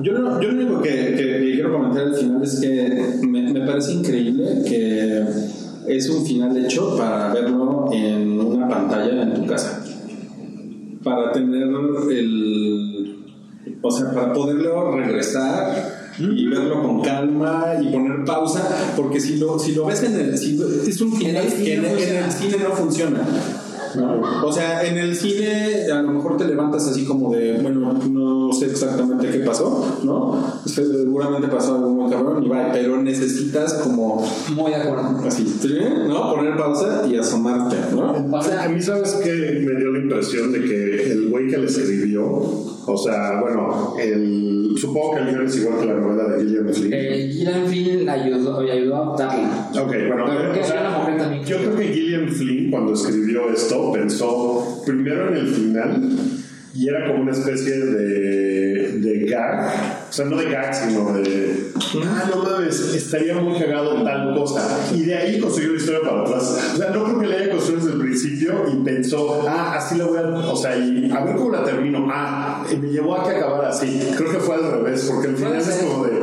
D: Yo lo, yo lo único que, que- que quiero comentar al final es que me, me parece increíble que es un final hecho para verlo en una pantalla en tu casa. Para tener el. O sea, para poderlo regresar y verlo con calma y poner pausa, porque si lo, si lo ves en el. si lo- es un final
C: el cine
D: que en, el- en
C: funciona.
D: el cine no funciona. O sea, en el cine a lo mejor te levantas así como de, bueno, no sé exactamente qué pasó, ¿no? Seguramente pasó algo muy cabrón y va, pero necesitas como
C: Muy de acuerdo.
D: así, ¿sí? ¿no? Poner pausa y asomarte, ¿no?
C: O sea,
B: A mí, ¿sabes qué? Me dio la impresión de que el güey que le escribió O sea, bueno, el, supongo que el guión es igual que la novela de Gillian Flynn.
C: Eh, Gillian Flynn ayudó, ayudó a adaptarla.
B: Ok, bueno,
C: Pero creo que
B: o sea,
C: era una mujer también.
B: Yo creo que Gillian Flynn, cuando escribió esto, pensó primero en el final y era como una especie de, de gag. O sea, no de gag, sino de. Ah, no mames, estaría muy cagado tal cosa. Y de ahí construyó la historia para atrás. O sea, no creo que la haya construido desde el principio y pensó, ah, así la voy a. O sea, y a ver cómo la termino. Ah, y me llevó a que acabara así. Creo que fue al revés, porque el final
C: Puede
B: es
C: ser.
B: como de.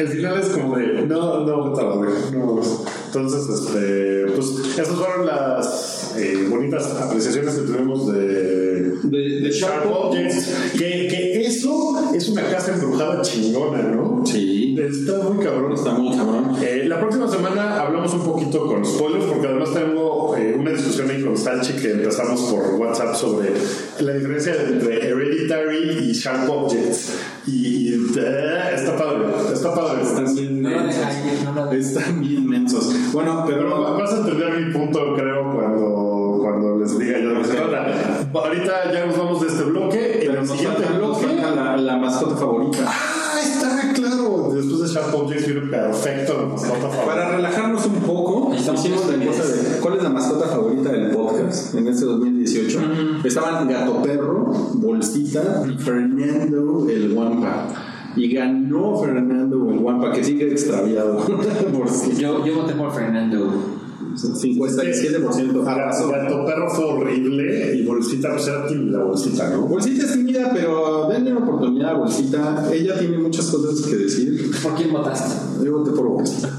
B: El final es como de, no, no, me tardé, no. Entonces, este, pues, esas fueron las eh, bonitas apreciaciones que tuvimos de,
D: De- de Sharp Objects.
B: Que, que eso es una casa embrujada chingona, ¿no?
D: Sí.
B: Está muy cabrón.
D: Está muy cabrón.
B: Eh, la próxima semana hablamos un poquito con spoilers, porque además tengo eh, una discusión ahí con Salchi que empezamos por WhatsApp sobre la diferencia entre Hereditary y Sharp Objects. Y, y, eh, está padre, está padre.
D: Están bien
C: No lo
D: mensos.
C: dejaría, no lo dejaría.
D: Están bien mensos. Bueno,
B: Pero
D: pero.
B: vas a entender mi punto, creo, cuando, cuando les diga yo de lo que se trata. Ahorita ya nos vamos de este bloque. En
D: Pero
B: el
D: nos
B: siguiente
D: falta- nos
B: bloque.
D: falta la, la mascota favorita.
B: Ah, está claro. Después de Sharp Objects, viene perfecto. la mascota favorita.
D: Para relajarnos un poco,
C: Estamos
D: hicimos la
C: bien.
D: cosa de ¿cuál es la mascota favorita del podcast en este 2018? Estaban Gato Perro, Bolsita, y Fernando el Wampa. Y ganó Fernando el Wampa, que sigue extraviado por sí.
C: Yo, yo voté por Fernando.
D: 57%.
B: Gato, gato perro fue horrible y bolsita, pues era tímida la bolsita, ¿no?
D: Bolsita es tímida, pero denle una oportunidad a Bolsita. Ella tiene muchas cosas que decir.
C: ¿Por quién votaste?
D: Yo voté por bolsita.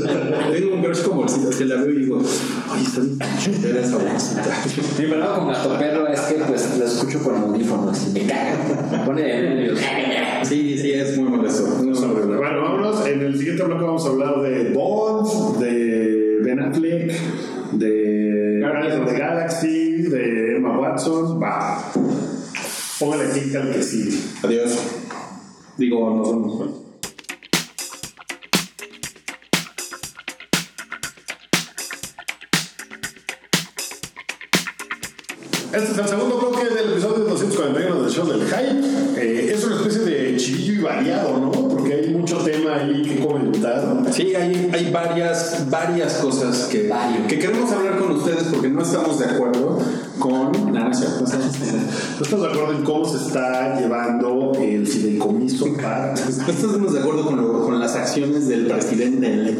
D: Tengo un crush con bolsita, que la veo y digo, ay, está bien chulera esa bolsita.
C: Mi problema con Gato Perro es que pues lo escucho con audífonos y me caga. Me pone de nervios.
D: Sí, sí, es muy molesto. No, sobre la-
B: Bueno, vámonos. En el siguiente bloque vamos a hablar de Bond, de Ben Affleck, de Guardians of the Galaxy, de Emma Watson. Va. Póngale clic al que sí.
D: Adiós. Digo,
B: Este
D: nos vemos.
B: Este es el segundo bloque del episodio 241 del show del Hype. Eh, es una especie de chivillo y variado, ¿no? Porque hay mucho tema ahí que comentar.
D: Sí, hay, hay varias, varias cosas que,
C: Varios.
D: que queremos hablar con ustedes porque no estamos de acuerdo con... Nada, no es cierto, no estamos de acuerdo.
B: ¿No estás de acuerdo en cómo se está llevando el fideicomiso para
D: No estamos de acuerdo con, lo- con las acciones del presidente del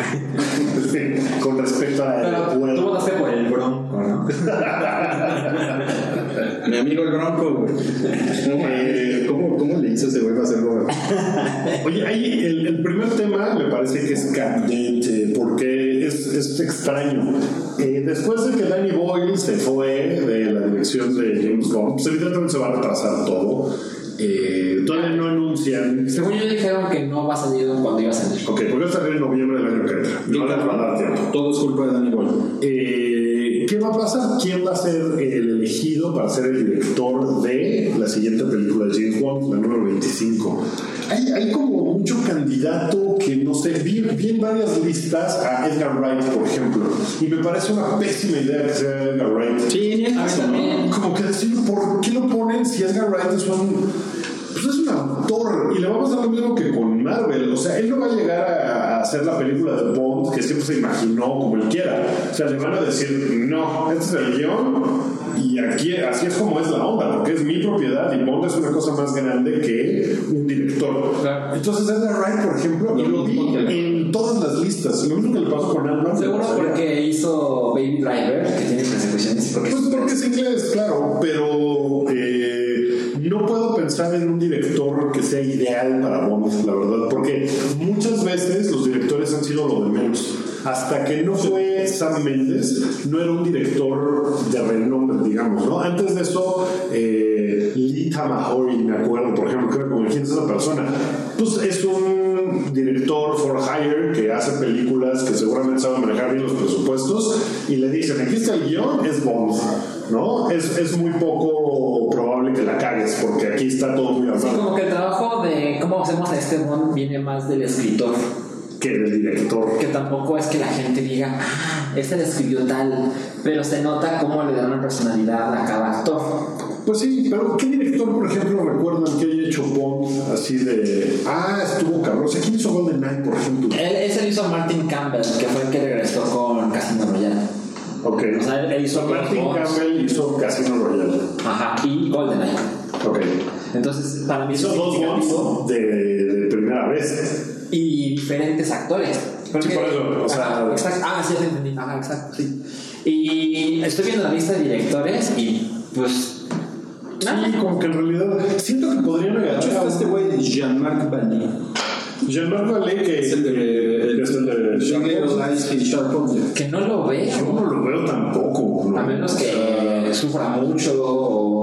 B: este, con respecto a
C: Pero pues, tú votaste por el bro.
D: Mi amigo el Bronco, güey. Eh, ¿Cómo, ¿Cómo le hizo ese güey para ser gobernador?
B: Oye, ahí el, el primer tema me parece que es candente, porque es, es extraño. Eh, después de que Danny Boyle se fue de la dirección de James Bond, pues evidentemente se va a retrasar todo. Eh, todavía no anuncian.
C: Según yo dijeron que no va a salir cuando iba a salir.
B: Ok, porque va a salir en noviembre del año que entra. No les va a dar tiempo.
D: Todo es culpa de Danny Boyle.
B: Eh, ¿Qué va a pasar? ¿Quién va a ser el elegido para ser el director de la siguiente película de James Bond, la número 25? Hay, hay como mucho candidato que no sé, vi, vi en varias listas a Edgar Wright, por ejemplo, y me parece una pésima idea que sea Edgar Wright.
D: Sí,
C: A mí también.
B: Como que decir, ¿por qué lo ponen si Edgar Wright es un. Pues es un autor. Y le va a pasar lo mismo que con Marvel. O sea, él no va a llegar a, a hacer la película de Bond que siempre se imaginó como él quiera. O sea, le van a decir, no, este es el guión. Y aquí, así es como es la onda, porque es mi propiedad y Bond es una cosa más grande que un director.
C: Claro.
B: Entonces, Edgar Wright, por ejemplo, yo lo vi en todas las listas. Lo mismo que le pasó con Ant-Man.
C: Seguro porque hizo Baby Driver, que tiene consecuencias. Porque
B: Pues porque es inglés, claro, pero eh, no puedo pensar en un director que sea ideal para Bond, la verdad, porque muchas veces los directores han sido lo de menos. Hasta que no fue Sam Mendes, no era un director de renombre, digamos, ¿no? Antes de eso, eh, Lee Tamahori, me acuerdo, por ejemplo, creo que como quién es esa persona. Pues es un director for hire que hace películas que seguramente sabe manejar bien los presupuestos y le dicen, aquí está el guión, es Bond, ¿no? Es, es muy poco probable que la cagues porque aquí está todo muy
C: Sí,
B: armado
C: como que el trabajo de cómo hacemos a este Bond viene más del escritor.
B: que del director.
C: Que tampoco es que la gente diga, ah, este lo escribió tal. Pero se nota cómo le da una personalidad a cada actor.
B: Pues sí, pero ¿qué director, por ejemplo, recuerdan que haya hecho Bond así de. Ah, estuvo cabrón. O sea, ¿quién hizo GoldenEye, por ejemplo?
C: Él, ese lo hizo Martin Campbell, que fue el que regresó con Casino Royale.
B: Ok.
C: O sea, él, él hizo los
B: Martin
C: Bonds.
B: Campbell hizo Casino Royale.
C: Ajá, y GoldenEye.
B: Ok.
C: Entonces, para mí es
B: Hizo dos
C: significativo
B: Bonds de, de primera vez.
C: y diferentes actores. Porque-
B: por eso, o sea-
C: Ajá, exacto. Ah, sí, ya entendí. Ajá, exacto, sí. Y estoy viendo la lista de directores y pues.
B: Sí, como que en realidad siento que podrían
D: De hecho,
B: agarrar
D: está
B: a
D: este güey Jean-Marc Vallée.
B: Jean-Marc Vallée, que
D: Es el de.
B: que es el de
D: Single
B: Sharp
D: Lies y Sharp Objects.
C: Que no lo
B: Yo
C: veo.
B: no lo veo tampoco. ¿no?
C: A menos que sufra mucho o.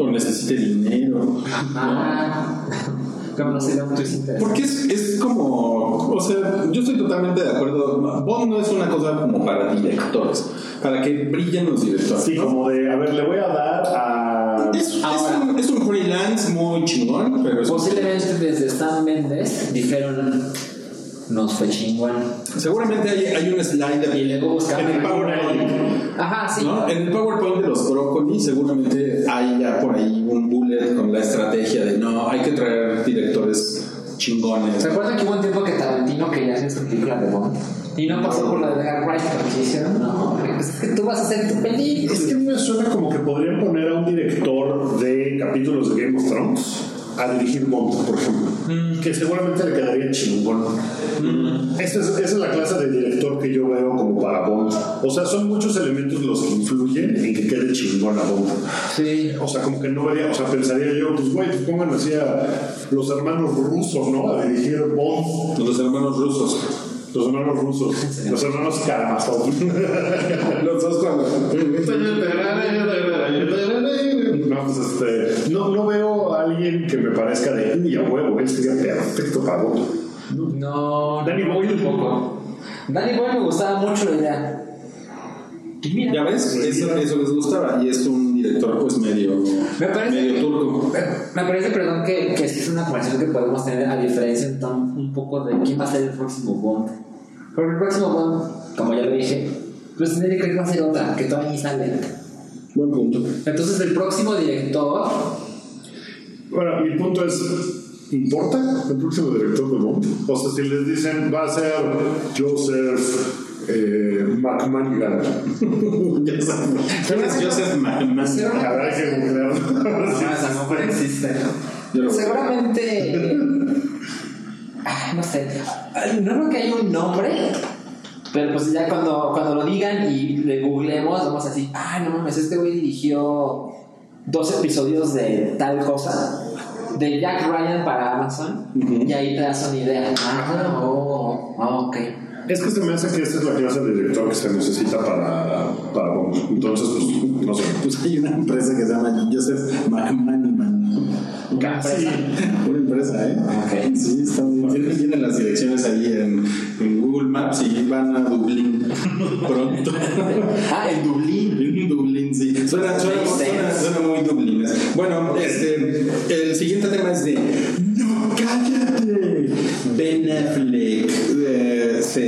D: O necesite dinero.
C: Ah. Como no sería un twist interesante.
D: Porque es, es como, o sea, yo estoy totalmente de acuerdo. Bond no es una cosa como para directores, para que brillen los directores.
B: Sí, como de, a ver, le voy a dar a.
D: Es, es
C: Ahora.
D: un, es un freelance muy chingón, pero es-
C: Posiblemente desde Stan Mendes dijeron. Nos fue chingón.
D: seguramente hay, hay un slide
C: Y
D: ahí,
C: luego buscaron.
B: En el PowerPoint.
C: Ajá, sí.
D: ¿no? En el PowerPoint de los brócolis seguramente hay ya por ahí un bullet con la estrategia de no, hay que traer directores chingones.
C: ¿Se acuerdan que hubo un tiempo que Tarantino quería hacer su película de Bond? Y no pasó por la de Edgar Wright, porque dijeron, no, Pues, es que tú vas a hacer tu película.
B: Es que a mí me suena como que podrían poner a un director de capítulos de Game of Thrones a dirigir Bond, por ejemplo. Que seguramente le quedaría chingón. Esa, es, esa es la clase de director que yo veo como para Bond. O sea, son muchos elementos los que influyen en que quede chingón la Bond.
C: Sí.
B: O sea, como que no vería, o sea, pensaría yo, pues güey, pues pongan así a los hermanos rusos, ¿no? A dirigir Bond.
D: Los hermanos rusos.
B: Los hermanos rusos. Los hermanos Karamazov.
D: Los dos cuando...
B: No, pues este, no, no veo a alguien que me parezca de "Uy, a huevo, él sería perfecto para vos.
C: No,
B: Danny Boyle un poco.
C: Danny Boyle me gustaba mucho la idea. Y mira,
D: Ya ves, eso, eso les gustaba y es un director pues medio,
C: Me parece-
D: medio turco.
C: me parece, perdón, que, que sí es una conversación que podemos tener a diferencia entonces, un poco de quién va a ser el próximo Bond. Porque el próximo Bond, como ya lo dije, pues tendría que va a ser otra, que todavía ni sale.
D: Buen punto.
C: Entonces el próximo director
B: Bueno, mi punto es, ¿importa el próximo director de Bond? O sea, si les dicen, va a ser Joseph eh, McManigan. ya sabes.
D: ¿Quién es Joseph Mann?
C: será una
B: Habrá que googlearlo. Sí.
C: esa no existe.
D: Yo lo-
C: Seguramente. ah, no sé. Ay, No creo que haya un nombre. Pero pues ya cuando, cuando lo digan y le googleemos, vamos a decir, ah, no mames, este güey dirigió dos episodios de tal cosa, de Jack Ryan para Amazon, y ahí te das una idea. Ah, oh, ah, ok.
B: Es que se me hace que esta es la clase de director que se necesita para, para Bond. Entonces, pues, no sé.
D: Pues hay una empresa que se llama Joseph Mann.
B: Casi.
D: Una empresa, ¿eh?
C: Ok.
D: Sí, está bien. Tienen, tienen las direcciones ahí en, en Google Maps y van a Dublín pronto.
C: Ah, en Dublín.
D: En Dublín, sí. Suena, suena, suena- suena muy Dublín. ¿eh? Bueno, este, el siguiente tema es de. ¡No, cállate! Ben Affleck eh, se,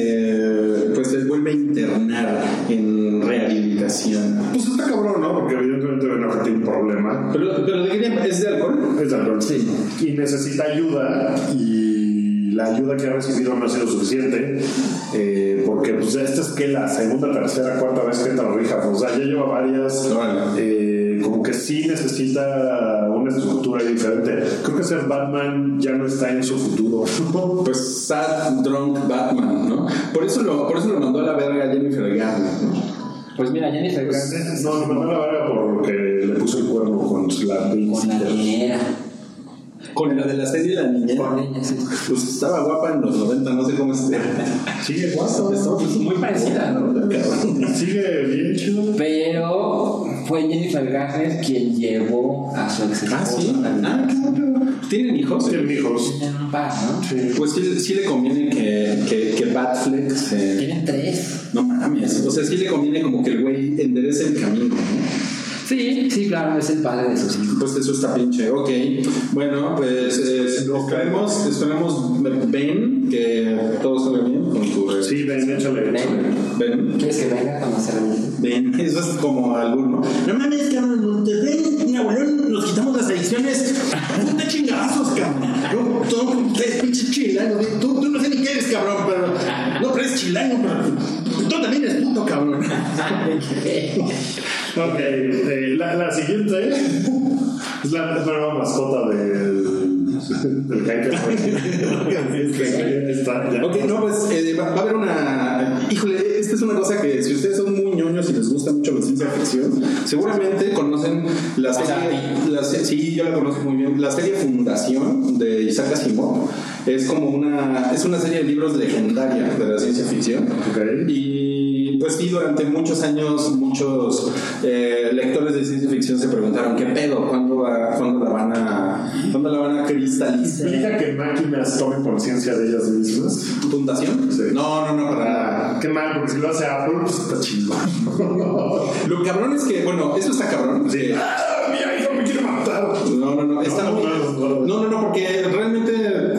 D: pues, se vuelve a internar en rehabilitación.
B: Pues está cabrón, ¿no? Porque evidentemente Ben Affleck tiene un problema.
D: Pero, pero ¿de qué tema? ¿Es de alcohol?
B: Es cabrón.
D: Sí.
B: Y necesita ayuda y la ayuda que ha recibido no ha sido suficiente. eh, porque pues ya esta es que la segunda, tercera, cuarta vez que trabaja. O sea, pues, ya lleva varias.
D: Órale.
B: eh, como que sí necesita una estructura diferente. Creo que ser Batman ya no está en su futuro.
D: Pues sad drunk Batman, ¿no? Por eso lo, por eso lo mandó a la verga Jennifer Garner, ¿no?
C: Pues mira, Jennifer Garner
B: No, no me mandó a la verga porque le puso el cuerno con la
C: con la
B: pinza.
C: niñera.
D: Con la de la serie La Niñera.
C: Con ella, sí.
D: Pues estaba guapa en los 90, no sé cómo esté.
B: Sigue guapo,
D: Estaba pues, muy
C: parecida,
D: ¿no?
B: sigue bien chido.
C: Pero fue Jennifer Garner quien llevó a su ex
D: Ah, sí.
C: esposo.
D: Ah, ¿Tienen hijos?
B: Tienen hijos.
C: Tienen un en paz, ¿no?
D: Pues sí, sí le conviene que, que, que Batfleck se-
C: Tienen tres.
D: No mames. O sea, sí le conviene como que el güey enderece el camino, ¿no?
C: Sí, sí, claro, es el padre de sus hijos.
D: Pues eso está pinche. Ok. Bueno, pues eh, esperemos, esperemos Ben, que todo salga bien con tu eh,
B: pues, Sí, ven, échale. échale.
D: Ben.
C: ¿Quieres que venga a conocer a mí?
D: Ben. Eso es como alguno.
E: No mames, cabrón, en Monterrey, mi abuelón, nos quitamos las adicciones. Puta chingazos, cabrón. Yo, tú, tú eres pinche chilango. güey. Tú, tú no sé ni qué eres, cabrón, pero. No, pero eres chilango, pero. Tú también eres puto, cabrón.
B: Ok, eh, la, la siguiente es la es la nueva mascota del, del Hyper. Está ya.
D: Ok, no, pues eh, va, va a haber una. Híjole, esta es una cosa que si ustedes son muy ñoños y les gusta mucho la ciencia ficción, seguramente conocen la serie. la se- sí, yo la conozco muy bien. La serie Fundación de Isaac Asimov es como una. Es una serie de libros legendaria de la ciencia ficción.
B: Ok.
D: Y pues sí, durante muchos años, muchos eh, lectores de ciencia ficción se preguntaron: ¿qué pedo? ¿Cuándo, va- cuándo la, van a, ¿cuándo la van a cristalizar?
B: ¿Implica que máquinas tomen conciencia de ellas mismas?
D: ¿Fundación?
B: Sí.
D: No, no, no, para nada.
B: Qué mal, porque si lo hace Apple, pues está chingón.
D: Lo cabrón es que, bueno, eso está cabrón. Sí.
B: ¡Ah, mi hijo me quiere matar!
D: No, no, no. Está
B: No,
D: muy-
B: no, no, no.
D: No, no, no, porque realmente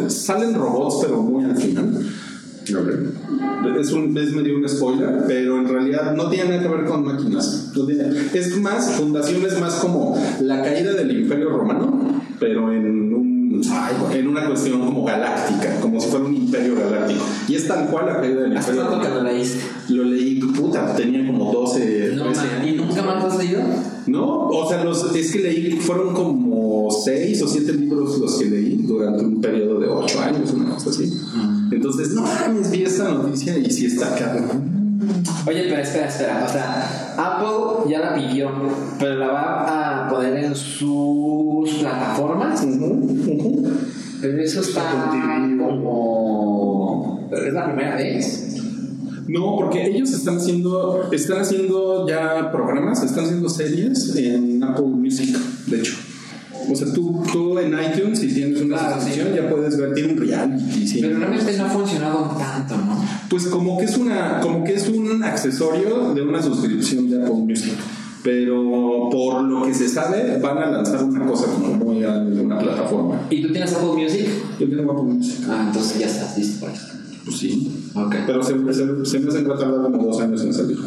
D: salen robots, pero muy al final. Es, un, es medio un spoiler, pero en realidad no tiene nada que ver con máquinas. No tiene- es más, fundación es más como la caída del imperio romano, pero en un- en una cuestión como galáctica, como si fuera un imperio galáctico. Y es tal cual la caída del
C: ¿Hace
D: imperio
C: cuánto que lo
D: romano.
C: leíste?
D: Lo leí, puta, tenía como 12,
C: No,
D: 13
C: ma, ¿y nunca más lo has leído?
D: no, o sea, los, es que leí, fueron como seis o siete libros los que leí durante un periodo de ocho años, una cosa así. Entonces, no mames, vi esta noticia y sí está cabrón.
C: Oye, pero espera, espera. O sea, Apple ya la pidió, pero la va a poner en sus plataformas. Pero eso está como. Es la primera vez.
D: No, porque ellos están haciendo, están haciendo ya programas, están haciendo series en Apple Music, de hecho. O sea, tú, tú en iTunes, si tienes una
C: Claro, Ah, sí.
D: suscripción, ya puedes ver, tiene un reality. sí.
C: Pero realmente no ha funcionado tanto, ¿no?
D: Pues como que es una, como que es un accesorio de una suscripción de Apple Music. Pero por lo que se sabe, van a lanzar una cosa como muy grande de una plataforma.
C: ¿Y tú tienes Apple Music?
D: Yo tengo Apple Music.
C: Ah, entonces ya estás listo para eso.
D: Pues sí.
C: Ok.
D: Pero se, se, se me hace que va a tardar como dos años en salir.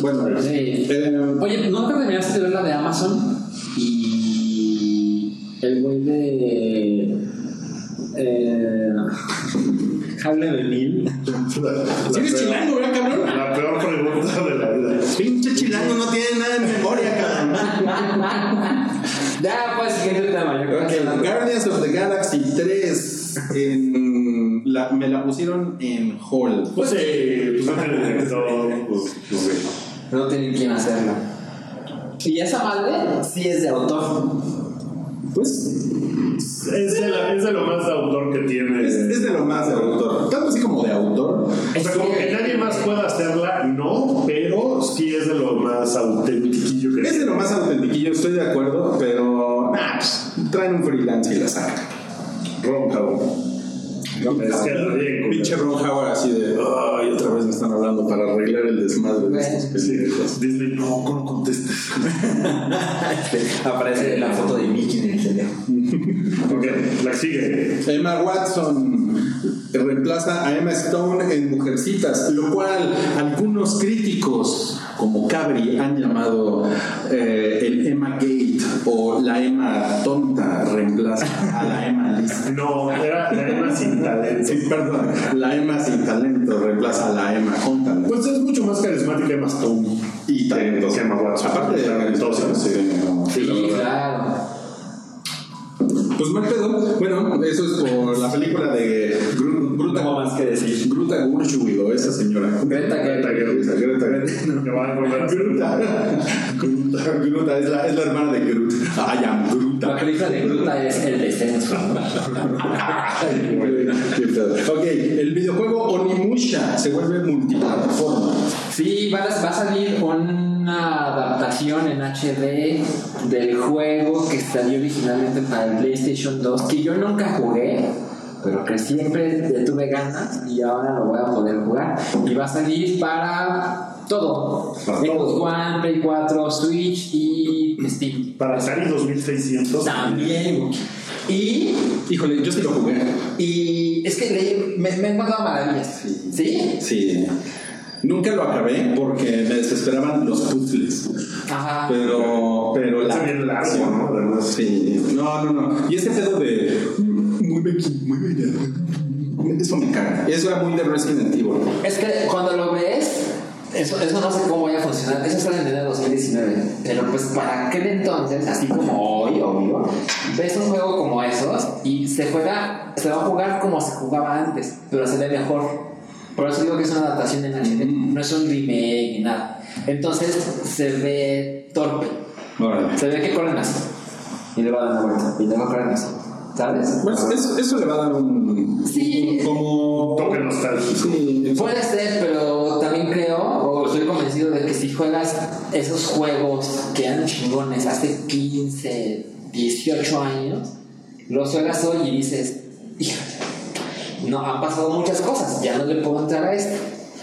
D: Bueno,
C: Sí.
D: eh,
C: Oye, ¿nunca terminaste de ver la de Amazon? Y el güey de. Eh, Hable de Mil.
B: La
D: ¿Sigues
B: peor-
D: chilango, verdad, cabrón?
B: La peor pregunta de la vida.
D: Pinche chilango no tiene nada de memoria, cabrón.
C: ya, pues, siguiente tema. Yo creo
D: Ok,
C: que
D: Guardians of the Galaxy 3 en la- me la pusieron en Hall.
B: Pues sí, pues no tiene director, pues, pues sí.
C: no tienen quien hacerlo. Y esa madre sí es de autor.
D: Pues
B: Es de, la- es de lo más de autor que tiene.
D: es, es de lo más de autor. Tanto así como de autor.
B: O sea, como que nadie más pueda hacerla, no, pero sí es de lo más autentiquillo que
D: Es de lo más autentiquillo, estoy de acuerdo, pero nah, pues, traen un freelance y la sacan. Ron Howard.
B: Es que la riego.
D: Pinche Ron Howard así de, ay, otra vez me están hablando para arreglar el desmadre de estas películas.
B: Disney, pues, no, no contestes.
C: Aparece la foto de Mickey en el teléfono.
B: Ok, la sigue.
D: Emma Watson reemplaza a Emma Stone en Mujercitas, lo cual algunos críticos como Cabri han llamado eh, el Emma Gate o la Emma tonta reemplaza a la Emma lista.
B: No, era la Emma sin talento.
D: Sí, perdón, la Emma sin talento reemplaza a la Emma con talento.
B: Pues es mucho más carismática Emma Stone.
D: Y talentosa.
B: Que Emma Watson.
D: Aparte de talentosa, sí.
C: Sí, claro.
D: Pues mal pedo. Bueno, eso es por la película de Gru- Gruta.
C: Tengo más que decir.
D: Gruta Gerwig o esa señora.
C: Greta Gerwig.
D: Greta Gerwig. Greta Gerwig.
B: Que va a volver a hacer-
D: Gruta. Gruta. Gruta. Es la, es la hermana de Groot. I am
C: La
D: Gruta.
C: película de Gruta es El Descenso.
D: Ay, güey, qué pedo. Ok, el videojuego Onimusha se vuelve multiplataforma.
C: Sí, va a, va a salir una adaptación en HD del juego que salió originalmente para el PlayStation 2, que yo nunca jugué, pero que siempre le tuve ganas y ahora lo voy a poder jugar. Y va a salir para todo:
B: Para
C: Xbox
B: todo.
C: One, Play 4, Switch y Steam.
B: Para Sari 2600.
C: También. Y,
D: Híjole, yo sí lo jugué.
C: y es que leí- me, me he encontrado maravillas. ¿Sí?
D: Sí. Nunca lo acabé porque me desesperaban los puzzles. Ah.
C: Ajá.
D: Pero, pero
B: Está bien largo, ¿no? Además.
D: Sí. No, no, no. Y ese pedo de. Mueve aquí, mueve allá. Eso me caga. Eso era muy de Resident Evil.
C: Es que cuando lo ves, eso, eso no sé cómo vaya a funcionar. Eso sale en enero de 2019. Pero pues para aquel entonces, así como hoy, obvio, ves un juego como esos y se juega, se va a jugar como se jugaba antes, pero se ve mejor. Por eso digo que es una adaptación en HD, no es un remake ni nada. Entonces se ve torpe.
D: Órale.
C: Se ve que corren así. Y le va a dar una vuelta. Y luego corren así. ¿Sabes?
D: Pues eso, eso le va a dar un.
C: Sí.
D: un- Como.
B: Toque nostálgico.
D: Sí.
C: Puede ser, pero también creo, o estoy convencido de que si juegas esos juegos que eran chingones hace 15, 18 años, los juegas hoy y dices, híjole, no, han pasado muchas cosas, ya no le puedo entrar a esto.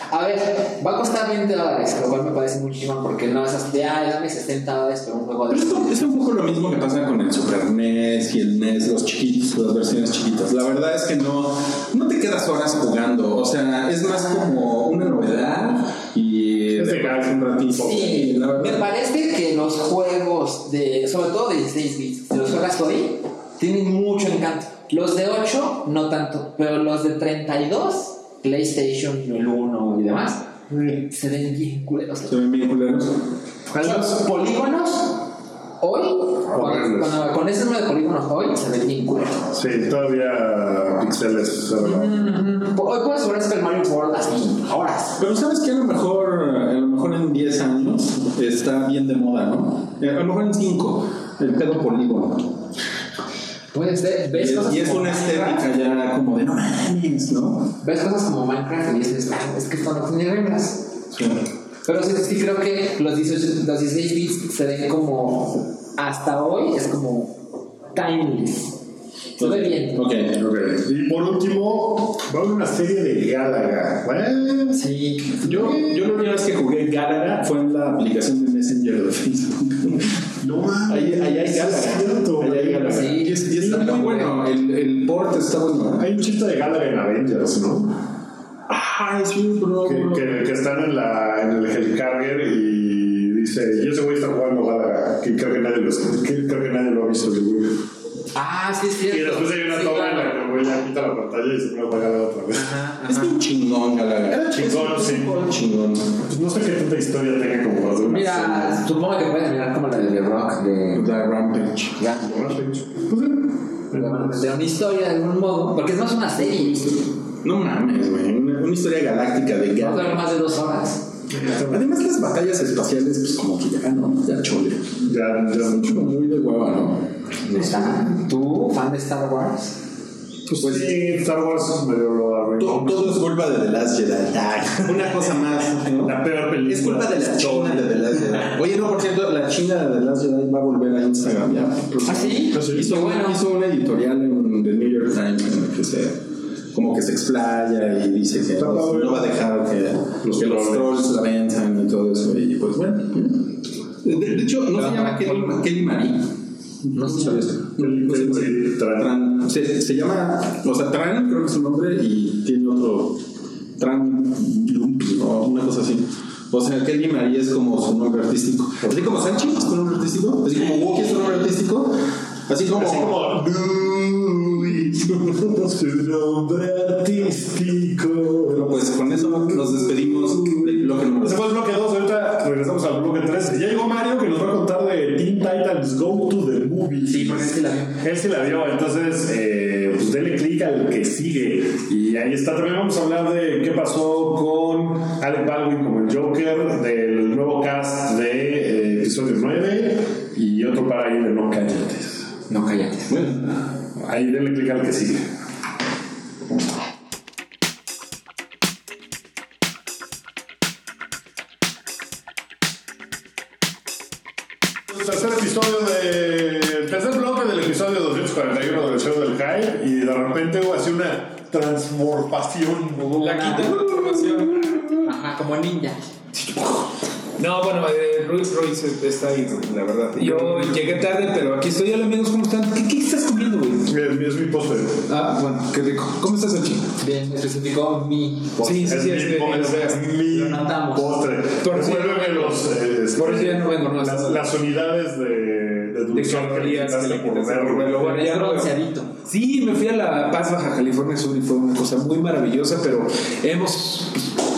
C: A ver, va a costar 20 dólares, lo cual me parece muy chingón porque no es así de, ay, dame 60 dólares por un juego de...
D: Pero esto es un poco lo mismo que pasa con el Super NES y el NES, los chiquitos, las versiones chiquitas. La verdad es que no, no te quedas horas jugando. O sea, es más como una novedad y.
B: Es de cada un ratito.
C: Sí,
D: la verdad.
C: me parece que los juegos de, sobre todo de 16 bits, de los juegas hoy, tienen mucho encanto. Los de 8 no tanto, pero los de 32, PlayStation el 1 y demás, se ven bien culeros.
D: Se ven bien culeros.
C: Los polígonos hoy, con,
B: Horrendos.
C: con- con ese número de polígonos hoy, se ven bien culeros.
B: Sí, todavía pixeles. ¿verdad?
C: Hoy puedes jugar Super Mario World así, horas.
D: Pero sabes que a lo mejor, a lo mejor en 10 años está bien de moda, ¿no? Eh, A lo mejor en 5, el pedo polígono.
C: Puede ser,
D: Y
C: ves
D: es,
C: cosas
D: y es
C: como
D: una
C: Minecraft,
D: estética ya como de no mames, ¿no?
C: Ves cosas como Minecraft y dices, "Ah, es que esto no tiene reglas.
D: Sí.
C: Pero sí, sí creo que los 16, los 16 bits se ven como hasta hoy es como timeless. Se ve bien.
D: Ok.
B: Ok. Y por último, va a haber una serie de Galaga. Bueno,
C: Sí.
D: Yo, yo la única vez que jugué Galaga fue en la aplicación de Messenger de Facebook.
B: No mames.
D: Ahí, ahí hay
B: sí
D: Galaga.
B: es cierto,
D: Ahí hay
B: güey.
D: Galaga.
C: Sí.
D: Y, es- y está muy bueno. El, el port está bueno. ¿eh?
B: Hay un chiste de Galaga en Avengers, ¿no?
D: Ah, es un bro.
B: Que, que, que están en, la, en el helicarrier y dice, y ese güey está jugando Galaga, que creo que nadie lo, que creo que nadie lo ha visto, seguro.
C: Ah, sí, es cierto.
B: Y después hay una
C: Sí,
B: toma en
C: claro.
B: la que el güey ya quita la pantalla y se pone a jugar Galaga otra vez.
C: Ajá,
D: Es
C: ajá.
D: bien chingón, Galaga.
B: Chingón, sí.
D: Chingón.
B: Pues no sé qué tanta historia tenga como para hacer una
C: Mira, supongo que pueden mirar como la de The Rock de
D: La Rampage.
C: ya,
B: serie. Bueno, sí. Pues sí.
C: le van a meter una historia de algún modo, porque es más una serie.
D: No mames, güey. Una, una historia galáctica de
C: Va a durar
D: Galaga.
C: más de dos horas.
D: Además, las batallas espaciales, pues como que ya, ¿no? Ya chole.
B: Ya, ya mucho.
D: Como muy de hueva, ¿no?
C: ¿Está? ¿Tú, fan de Star Wars?
B: Pues sí, Star Wars medio lo
D: Todo,
B: arruinó.
D: todo es culpa de The Last Jedi. Una cosa más. ¿no?
B: La peor película.
D: Es culpa de la china de The Last Jedi. Oye, no, por cierto, la china de The Last Jedi va a volver a Instagram ya.
C: ¿Ah, sí?
B: Pues sí.
D: Hizo,
C: Qué
D: una-
C: bueno.
D: hizo una editorial en The New York Times en la que se como que se explaya y dice que
B: Está
D: no,
B: padre.
D: no va a dejar que los, que los trolls la venzan y todo eso. Y pues bueno. De, de hecho, ¿no se llama Kelly, Kelly Marie?
C: No sé.
D: ¿Sabes?
B: Kelly- Kelly Marie Tran.
D: Tran. Se, se llama, o sea, Tran creo que es su nombre y tiene otro Tran Lumpy o una cosa así. O sea, Kelly Marie es como su nombre artístico. Así como Sanchi es su nombre artístico, así como Wookie es su nombre artístico, así como.
B: Así como. Luis, su nombre
D: Pero
B: artístico.
D: pues con eso nos despedimos del bloque número
B: Ese fue el bloque 2, ahorita regresamos al bloque 3. Ya llegó Mario que nos va a contar de Teen Titans Go to the Movie.
C: Sí, porque sí la vio.
B: Él sí la vio, entonces eh, pues denle clic al que sigue. Y ahí está. También vamos a hablar de qué pasó con Alec Baldwin como el Joker, del nuevo cast de eh, episodio 9 y otro para ahí de No Callates.
C: No, cállate.
B: Ahí denle clic al que sigue. Pues, Tercer episodio de. Tercer bloque del episodio. episodio 241 del show del Hype y de repente hubo así una transformación. ¿no?
F: La quinta transformación.
C: Ajá, como ninja.
F: No, bueno, eh, Ruiz, Ruiz eh, está ahí, la verdad. Yo llegué tarde, pero aquí estoy. Hola amigos, ¿cómo están? ¿Qué, qué estás comiendo, güey?
B: Es, es mi postre.
F: Ah, bueno, qué rico. ¿Cómo estás, Ochi?
C: Bien, especificó mi.
F: Sí, sí,
B: Es
F: sí, este,
B: mi,
F: es de-
B: po- es mi
C: Lo notamos.
B: postre.
F: Por si-
B: Recuérdame los, eh,
F: Por eso ya no vengo, no.
B: las, las unidades de, de
F: de
B: dulzor que le
F: calorías que
B: quitaste
F: le
B: por
F: quitas al
B: verlo.
F: reloj. Bueno, ya
C: Ya
F: no veo.
C: bronceadito.
F: Sí, me fui a La Paz, Baja California Sur y fue una cosa muy maravillosa, pero hemos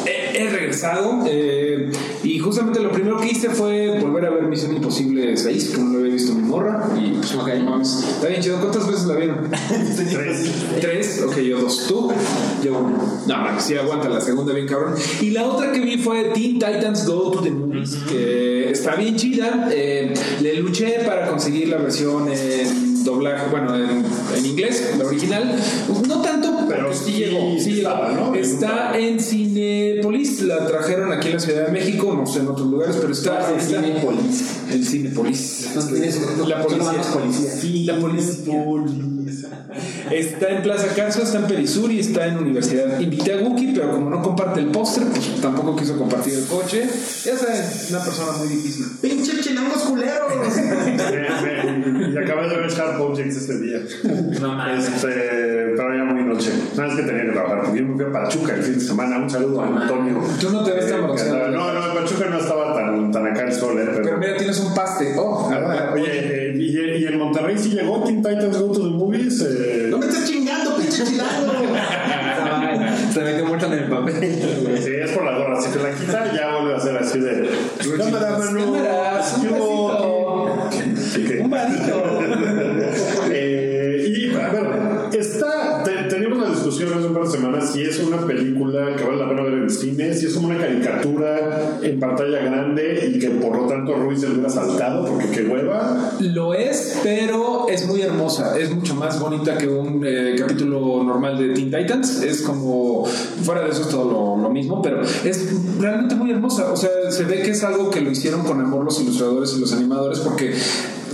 F: he, he regresado eh, y justamente lo primero que hice fue volver a ver Misión Imposible 6, que no lo había visto mi morra y pues ok, mames, está bien chido. ¿Cuántas veces la vieron?
B: Tres.
F: Tres, ok, yo dos. ¿Tú? Yo uno. No, no, sí, aguanta la segunda bien cabrón. Y la otra que vi fue Teen Titans Go to the Movies, que está bien chida. Eh, le luché para conseguir la versión en doblaje, bueno, en, en inglés, la original. No tanto, pero,
B: Pero
F: sí
B: sí
F: llegó. Sí llegó.
B: estaba, ¿no?
F: Está en Cinepolis, la trajeron aquí en la Ciudad de México, no sé en otros lugares, pero está en Cinepolis. En Cinepolis.
C: Entonces tienes
F: La policía.
C: Los policías.
F: la policía. Está en Plaza Carso, está en Perisur y está en Universidad. Invité a Wookie, pero como no comparte el póster, pues tampoco quiso compartir el coche. Ya saben, una persona muy difícil.
E: ¡Pinche chilangos culeros!
B: Ve, ve, Y acabé de ver Sharp Objects este día.
C: No mames.
B: Este, pero ya muy noche. Sabes que tenía que trabajar porque yo me fui a Pachuca el fin de semana. Un saludo a Antonio.
F: Tú no te ves tan bronceado.
B: No, no, en Pachuca no estaba tan, tan acá el sol, eh,
F: Pero
B: pero.
F: mira, tienes un paste. Oh,
B: Ah, Oye, eh, y, y en Monterrey sí llegó Teen Titans Go to the Movies. eh,
E: ¡No me estás chingando, pinche chilango!
C: Se metió muerto en el papel.
B: Pues Sí, es por la gorra. Si te la quita, ya vuelve a ser así de. Cámara, mano.
F: Cámaras, un
B: ¿Qué hubo? Sí, ¿qué?
F: un varito.
B: Eh, y a ver, está, te- teníamos la discusión hace un par de semanas si es una película que vale la pena ver en el cine, si es como una caricatura en pantalla grande y que por lo tanto Ruiz se lo hubiera saltado porque qué hueva.
F: Lo es, pero es muy hermosa. Es mucho más bonita que un eh, capítulo normal de Teen Titans. Es como, fuera de eso es todo lo, lo mismo, pero es realmente muy hermosa. O sea, se ve que es algo que lo hicieron con amor los ilustradores y los animadores porque...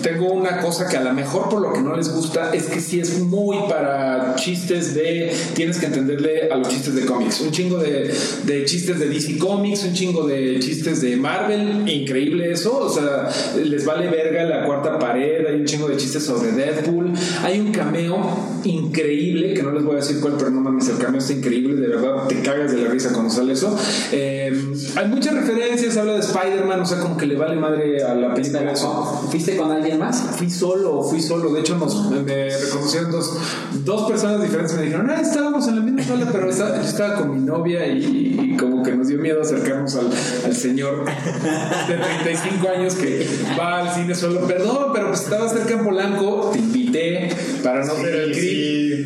F: Tengo una cosa que a lo mejor por lo que no les gusta es que sí es muy para chistes de... Tienes que entenderle a los chistes de cómics. Un chingo de, de chistes de DC Comics, un chingo de chistes de Marvel. Increíble eso. O sea, les vale verga la cuarta pared. Hay un chingo de chistes sobre Deadpool. Hay un cameo increíble, que no les voy a decir cuál, pero no mames, el cameo está increíble. De verdad, te cagas de la risa cuando sale eso. Eh, hay muchas referencias. Habla de Spider-Man. O sea, como que le vale madre a la película eso.
C: ¿Fuiste con alguien más?
F: Fui solo, fui solo. De hecho, nos, me- me reconocieron dos, dos personas diferentes. Me dijeron, ah, estábamos en la misma sala, pero esta- yo estaba con mi novia y, y como que nos dio miedo acercarnos al, al señor de 35 años que va al cine solo. Perdón, pero pues estaba cerca en Polanco, te invité para no
B: Sí,
F: ver el clip.
B: sí.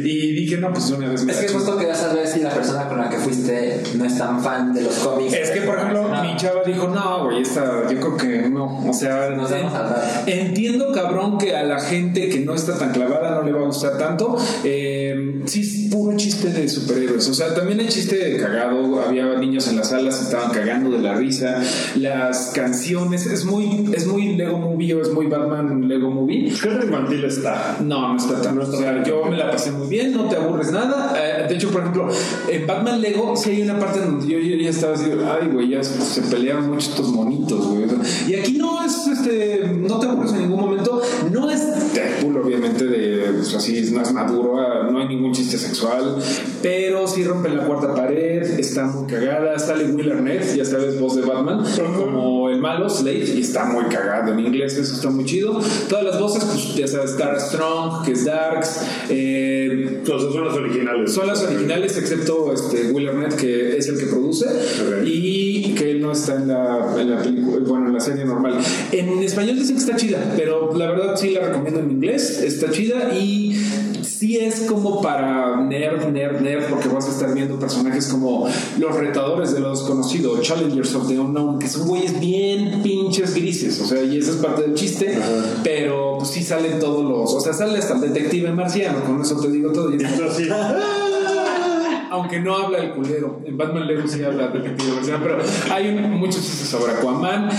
F: Y dije, no, pues una vez me
C: Es
F: la
C: que
F: chingo".
C: justo querías saber si la persona con la que fuiste no es tan fan de los cómics.
F: Es que, por ejemplo,
C: No.
F: mi chava dijo, no, güey, esta, yo creo que no. O sea,
C: Nos vamos a hablar.
F: entiendo, cabrón, que a la gente que no está tan clavada no le va a gustar tanto. Eh, sí, es puro chiste de superhéroes. O sea, también el chiste de cagado. Había niños en las salas, se estaban cagando de la risa. Las canciones, es muy, es muy Lego Movie o es muy Batman Lego Movie.
B: ¿Qué tan infantil está?
F: No, no está tan. o sea, yo me la pasé muy bien, no te aburres nada. Eh, de hecho, por ejemplo, en Batman Lego sí hay una parte donde yo, yo ya estaba así, ay, güey, ya se, se pelearon mucho estos monitos, güey. O sea, Y aquí no es, este, no te aburres en ningún momento. No es Deadpool, obviamente, de, pues, así, no es maduro, ah, no hay ningún chiste sexual, pero sí rompen la cuarta pared, está muy cagada. Sale Will Arnett, ya sabes, voz de Batman, como el malo, Slade, y está muy cagado en inglés, eso está muy chido. Todas las voces, pues ya sabes, Strong, que es Darks, eh,
B: Entonces son las originales.
F: son las originales, excepto este, Will Arnett, que es el que produce,
B: Ok.
F: y que él no está en la, en la película, bueno, en la serie normal. En español dicen que está chida, pero la verdad sí la recomiendo en inglés, está chida y sí es como para nerd, nerd, nerd, porque vas a estar viendo personajes como los retadores de lo desconocido, Challengers of the Unknown, que son güeyes bien pinches grises, o sea, y esa es parte del chiste, pero pues, sí salen todos los, o sea, sale hasta el detective marciano, con eso te digo todo. y es como-
B: Entonces, sí.
F: aunque no habla el culero. En Batman Lego sí habla repetido, versión, pero hay un- muchos chistes sobre Aquaman.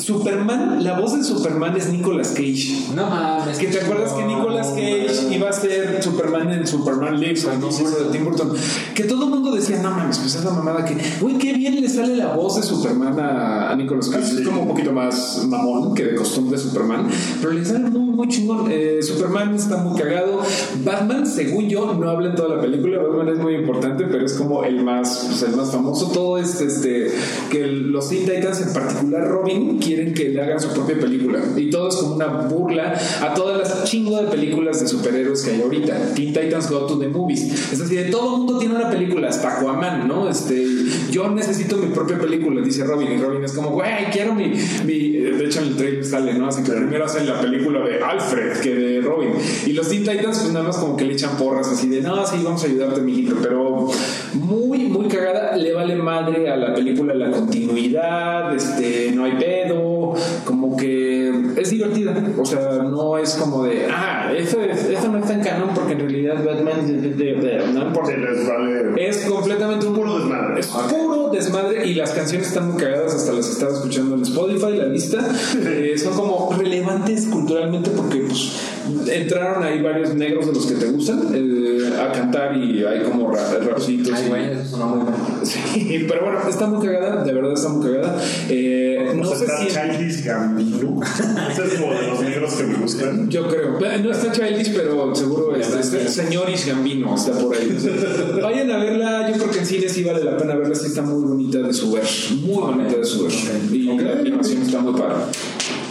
F: Superman, la voz de Superman es Nicolas Cage.
C: No mames.
F: Que te acuerdas que Nicolas Cage iba a ser Superman en Superman Lives, al no de Tim Burton. Que todo el mundo decía, no mames, pues es la mamada que, güey, qué bien le sale la voz de Superman a, a Nicolas Cage. Es como un poquito más mamón que de costumbre Superman, pero le sale muy, muy chingón. Eh, Superman está muy cagado. Batman, según yo, no habla en toda la película. Batman es muy importante, pero es como el más, pues, el más famoso. Todo es este que el- los Teen Titans, en particular Robin, quieren que le hagan su propia película. Y todo es como una burla a todas las chingo de películas de superhéroes que hay ahorita. Teen Titans Go to the Movies. Es así, de todo mundo tiene una película, hasta Aquaman, ¿no? Este, yo necesito mi propia película, dice Robin. Y Robin es como, güey, quiero mi, mi. eh, De hecho, en el trailer sale, ¿no? Así que primero hacen la película de Alfred que de Robin. Y los Teen Titans, pues nada más como que le echan porras así de, no, sí, vamos a ayudarte, mijito. Pero muy, muy cagada. Le vale madre a la película la continuidad, este, no hay pedo. Como que es divertida. O sea, no es como de, ah, eso, es- eso no está en canon porque en realidad Batman de- de- de- no importa.
B: Se les vale.
F: Es completamente un
B: Puro desmadre.
F: Es puro desmadre y las canciones están muy cagadas, hasta las estaba escuchando en Spotify, la lista. Eh, son como relevantes culturalmente porque pues, entraron ahí varios negros de los que te gustan eh, a cantar y hay como ra- rapacitos
C: Ay,
F: y-
C: güey, eso sonó muy bueno.
F: Sí, pero bueno, está muy cagada, de verdad está muy cagada. Eh, no
B: O
F: sé
B: sea,
F: si...
B: está Childish Gambino. Ese es como de los negros que me gustan.
F: Yo creo. No está Childish, pero seguro está. Este señoris Gambino está por ahí. Vayan a verla. Yo creo que en cine sí vale la pena verla. Sí está muy bonita de su ver. Muy bonita de su ver. Y la animación está muy padre.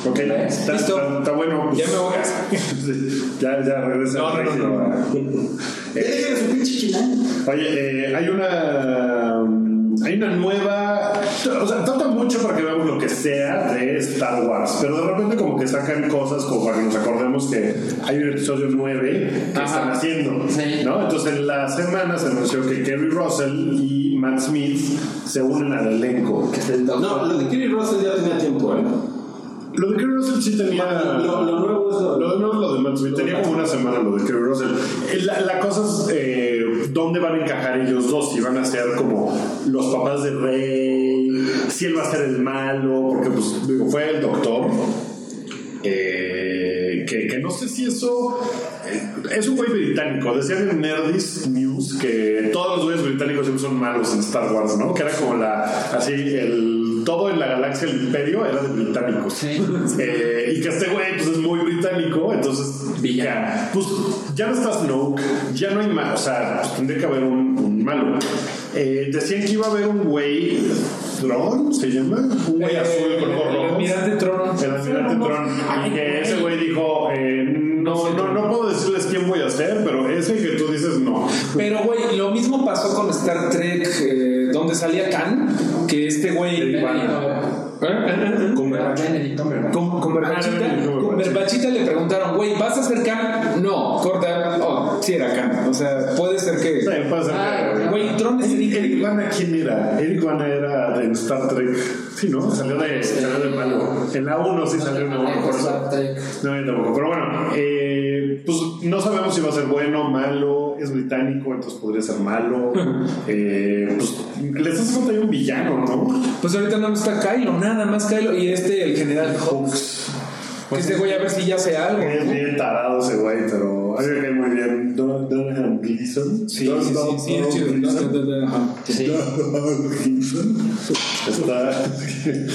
B: Ok, está,
F: Listo.
B: está- está bueno.
F: Ya me voy a
B: Sí, ya, ya, regresa.
F: No, no, no,
B: Eh,
E: Déjale su pinche chilango.
B: Oye, eh, hay una. mm, Hay una nueva. O sea, trata mucho para que veamos lo que sea de Star Wars. Pero de repente, como que sacan cosas como para que nos acordemos que hay un episodio 9 que
C: Ajá.
B: están haciendo.
C: Sí.
B: ¿no? Entonces, en la semana se anunció que Kerry Russell y Matt Smith se unen al elenco.
D: No, lo de Kerry Russell ya tenía tiempo, ¿eh?
B: Lo de Kerry Russell sí tenía.
D: Lo, lo nuevo es lo
B: Lo de nuevo es lo de Matt Smith. Tenía como una semana lo de Kerry Russell. Eh, La, la cosa es eh, dónde van a encajar ellos dos. Si van a ser como los papás de Rey, si él va a ser el malo, porque pues digo, fue el doctor. eh, que, que no sé si eso eh, es un güey británico. Decían en Nerdist News que todos los güeyes británicos siempre son malos en Star Wars, ¿no? Que era como la así el todo en la galaxia el imperio era de británicos.
C: Sí.
B: Eh, y que este güey pues, es muy británico, entonces
C: Villano.
B: ya, pues ya no estás Snoke, ya no hay más, o sea, pues, tendría que haber un, un malo. Eh, decían que iba a haber un güey, Tron, se llama, un güey
F: Eh,
B: azul con ojos
F: El
B: rojos.
F: almirante Tron.
B: El almirante Tron. Y que ese güey dijo, eh, no, no, no puedo decirles quién voy a hacer, pero ese que tú dices no.
F: Pero, güey, lo mismo pasó con Star Trek, eh, donde salía Khan, que este güey.
B: Eric
F: Bana. ¿Eh?
C: Benedict Cumberbatch.
F: Con, con
B: Ah,
F: Verbachita,
B: no, no, no,
F: con Verbachita le preguntaron, güey, ¿vas a ser Khan? No, corta. Oh, sí era Khan. O sea, puede ser
B: O
F: que.
B: sea, pasa
C: Ah,
B: que-
F: Güey, Tron es
B: Eric,
F: el
B: Eric Bana, ¿quién era? Eric Bana era de Star Trek. Sí, ¿no? Salió de, salió de malo. En la 1 sí salió en la 1, por eso.
C: Star Trek.
B: No, yo tampoco. Pero bueno, eh, pues no sabemos si va a ser bueno, malo. Es británico, entonces podría ser malo. Eh, pues les hace falta ahí un villano, ¿no?
F: Pues ahorita no está Kylo, nada más Kylo. Y este, el general Hawks. Que este güey a ver si ya hace algo.
B: Es bien tarado ese güey, pero a mí me cae muy bien. Don- Donald Gleason.
F: Sí, sí, sí,
B: Don-
F: sí,
B: Don-
F: es chido.
B: Gleason.
F: Ajá.
B: Don Gleason. Está.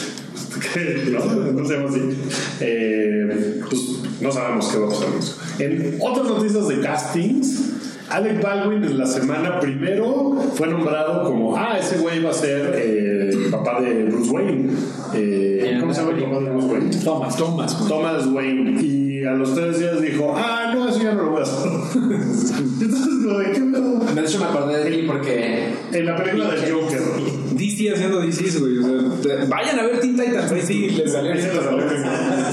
B: que- ¿No? No sé así. Eh, pues no sabemos qué va a pasar con eso. En otras noticias de castings. Alec Baldwin en la semana primero fue nombrado como, ah, ese güey va a ser eh, el papá de Bruce Wayne. Eh, ¿Cómo se llama el papá de Bruce Wayne?
F: Tomas, tomas. güey.
B: Thomas Wayne y a los tres días dijo, ah, no, eso ya no lo voy a hacer. Entonces, lo de qué pedo?
C: De hecho, me acordé de ti porque.
B: En la película del Joker.
F: DC haciendo DCs, güey. o sea, te- vayan a ver Teen Titans. Ahí sí les salió.
B: Es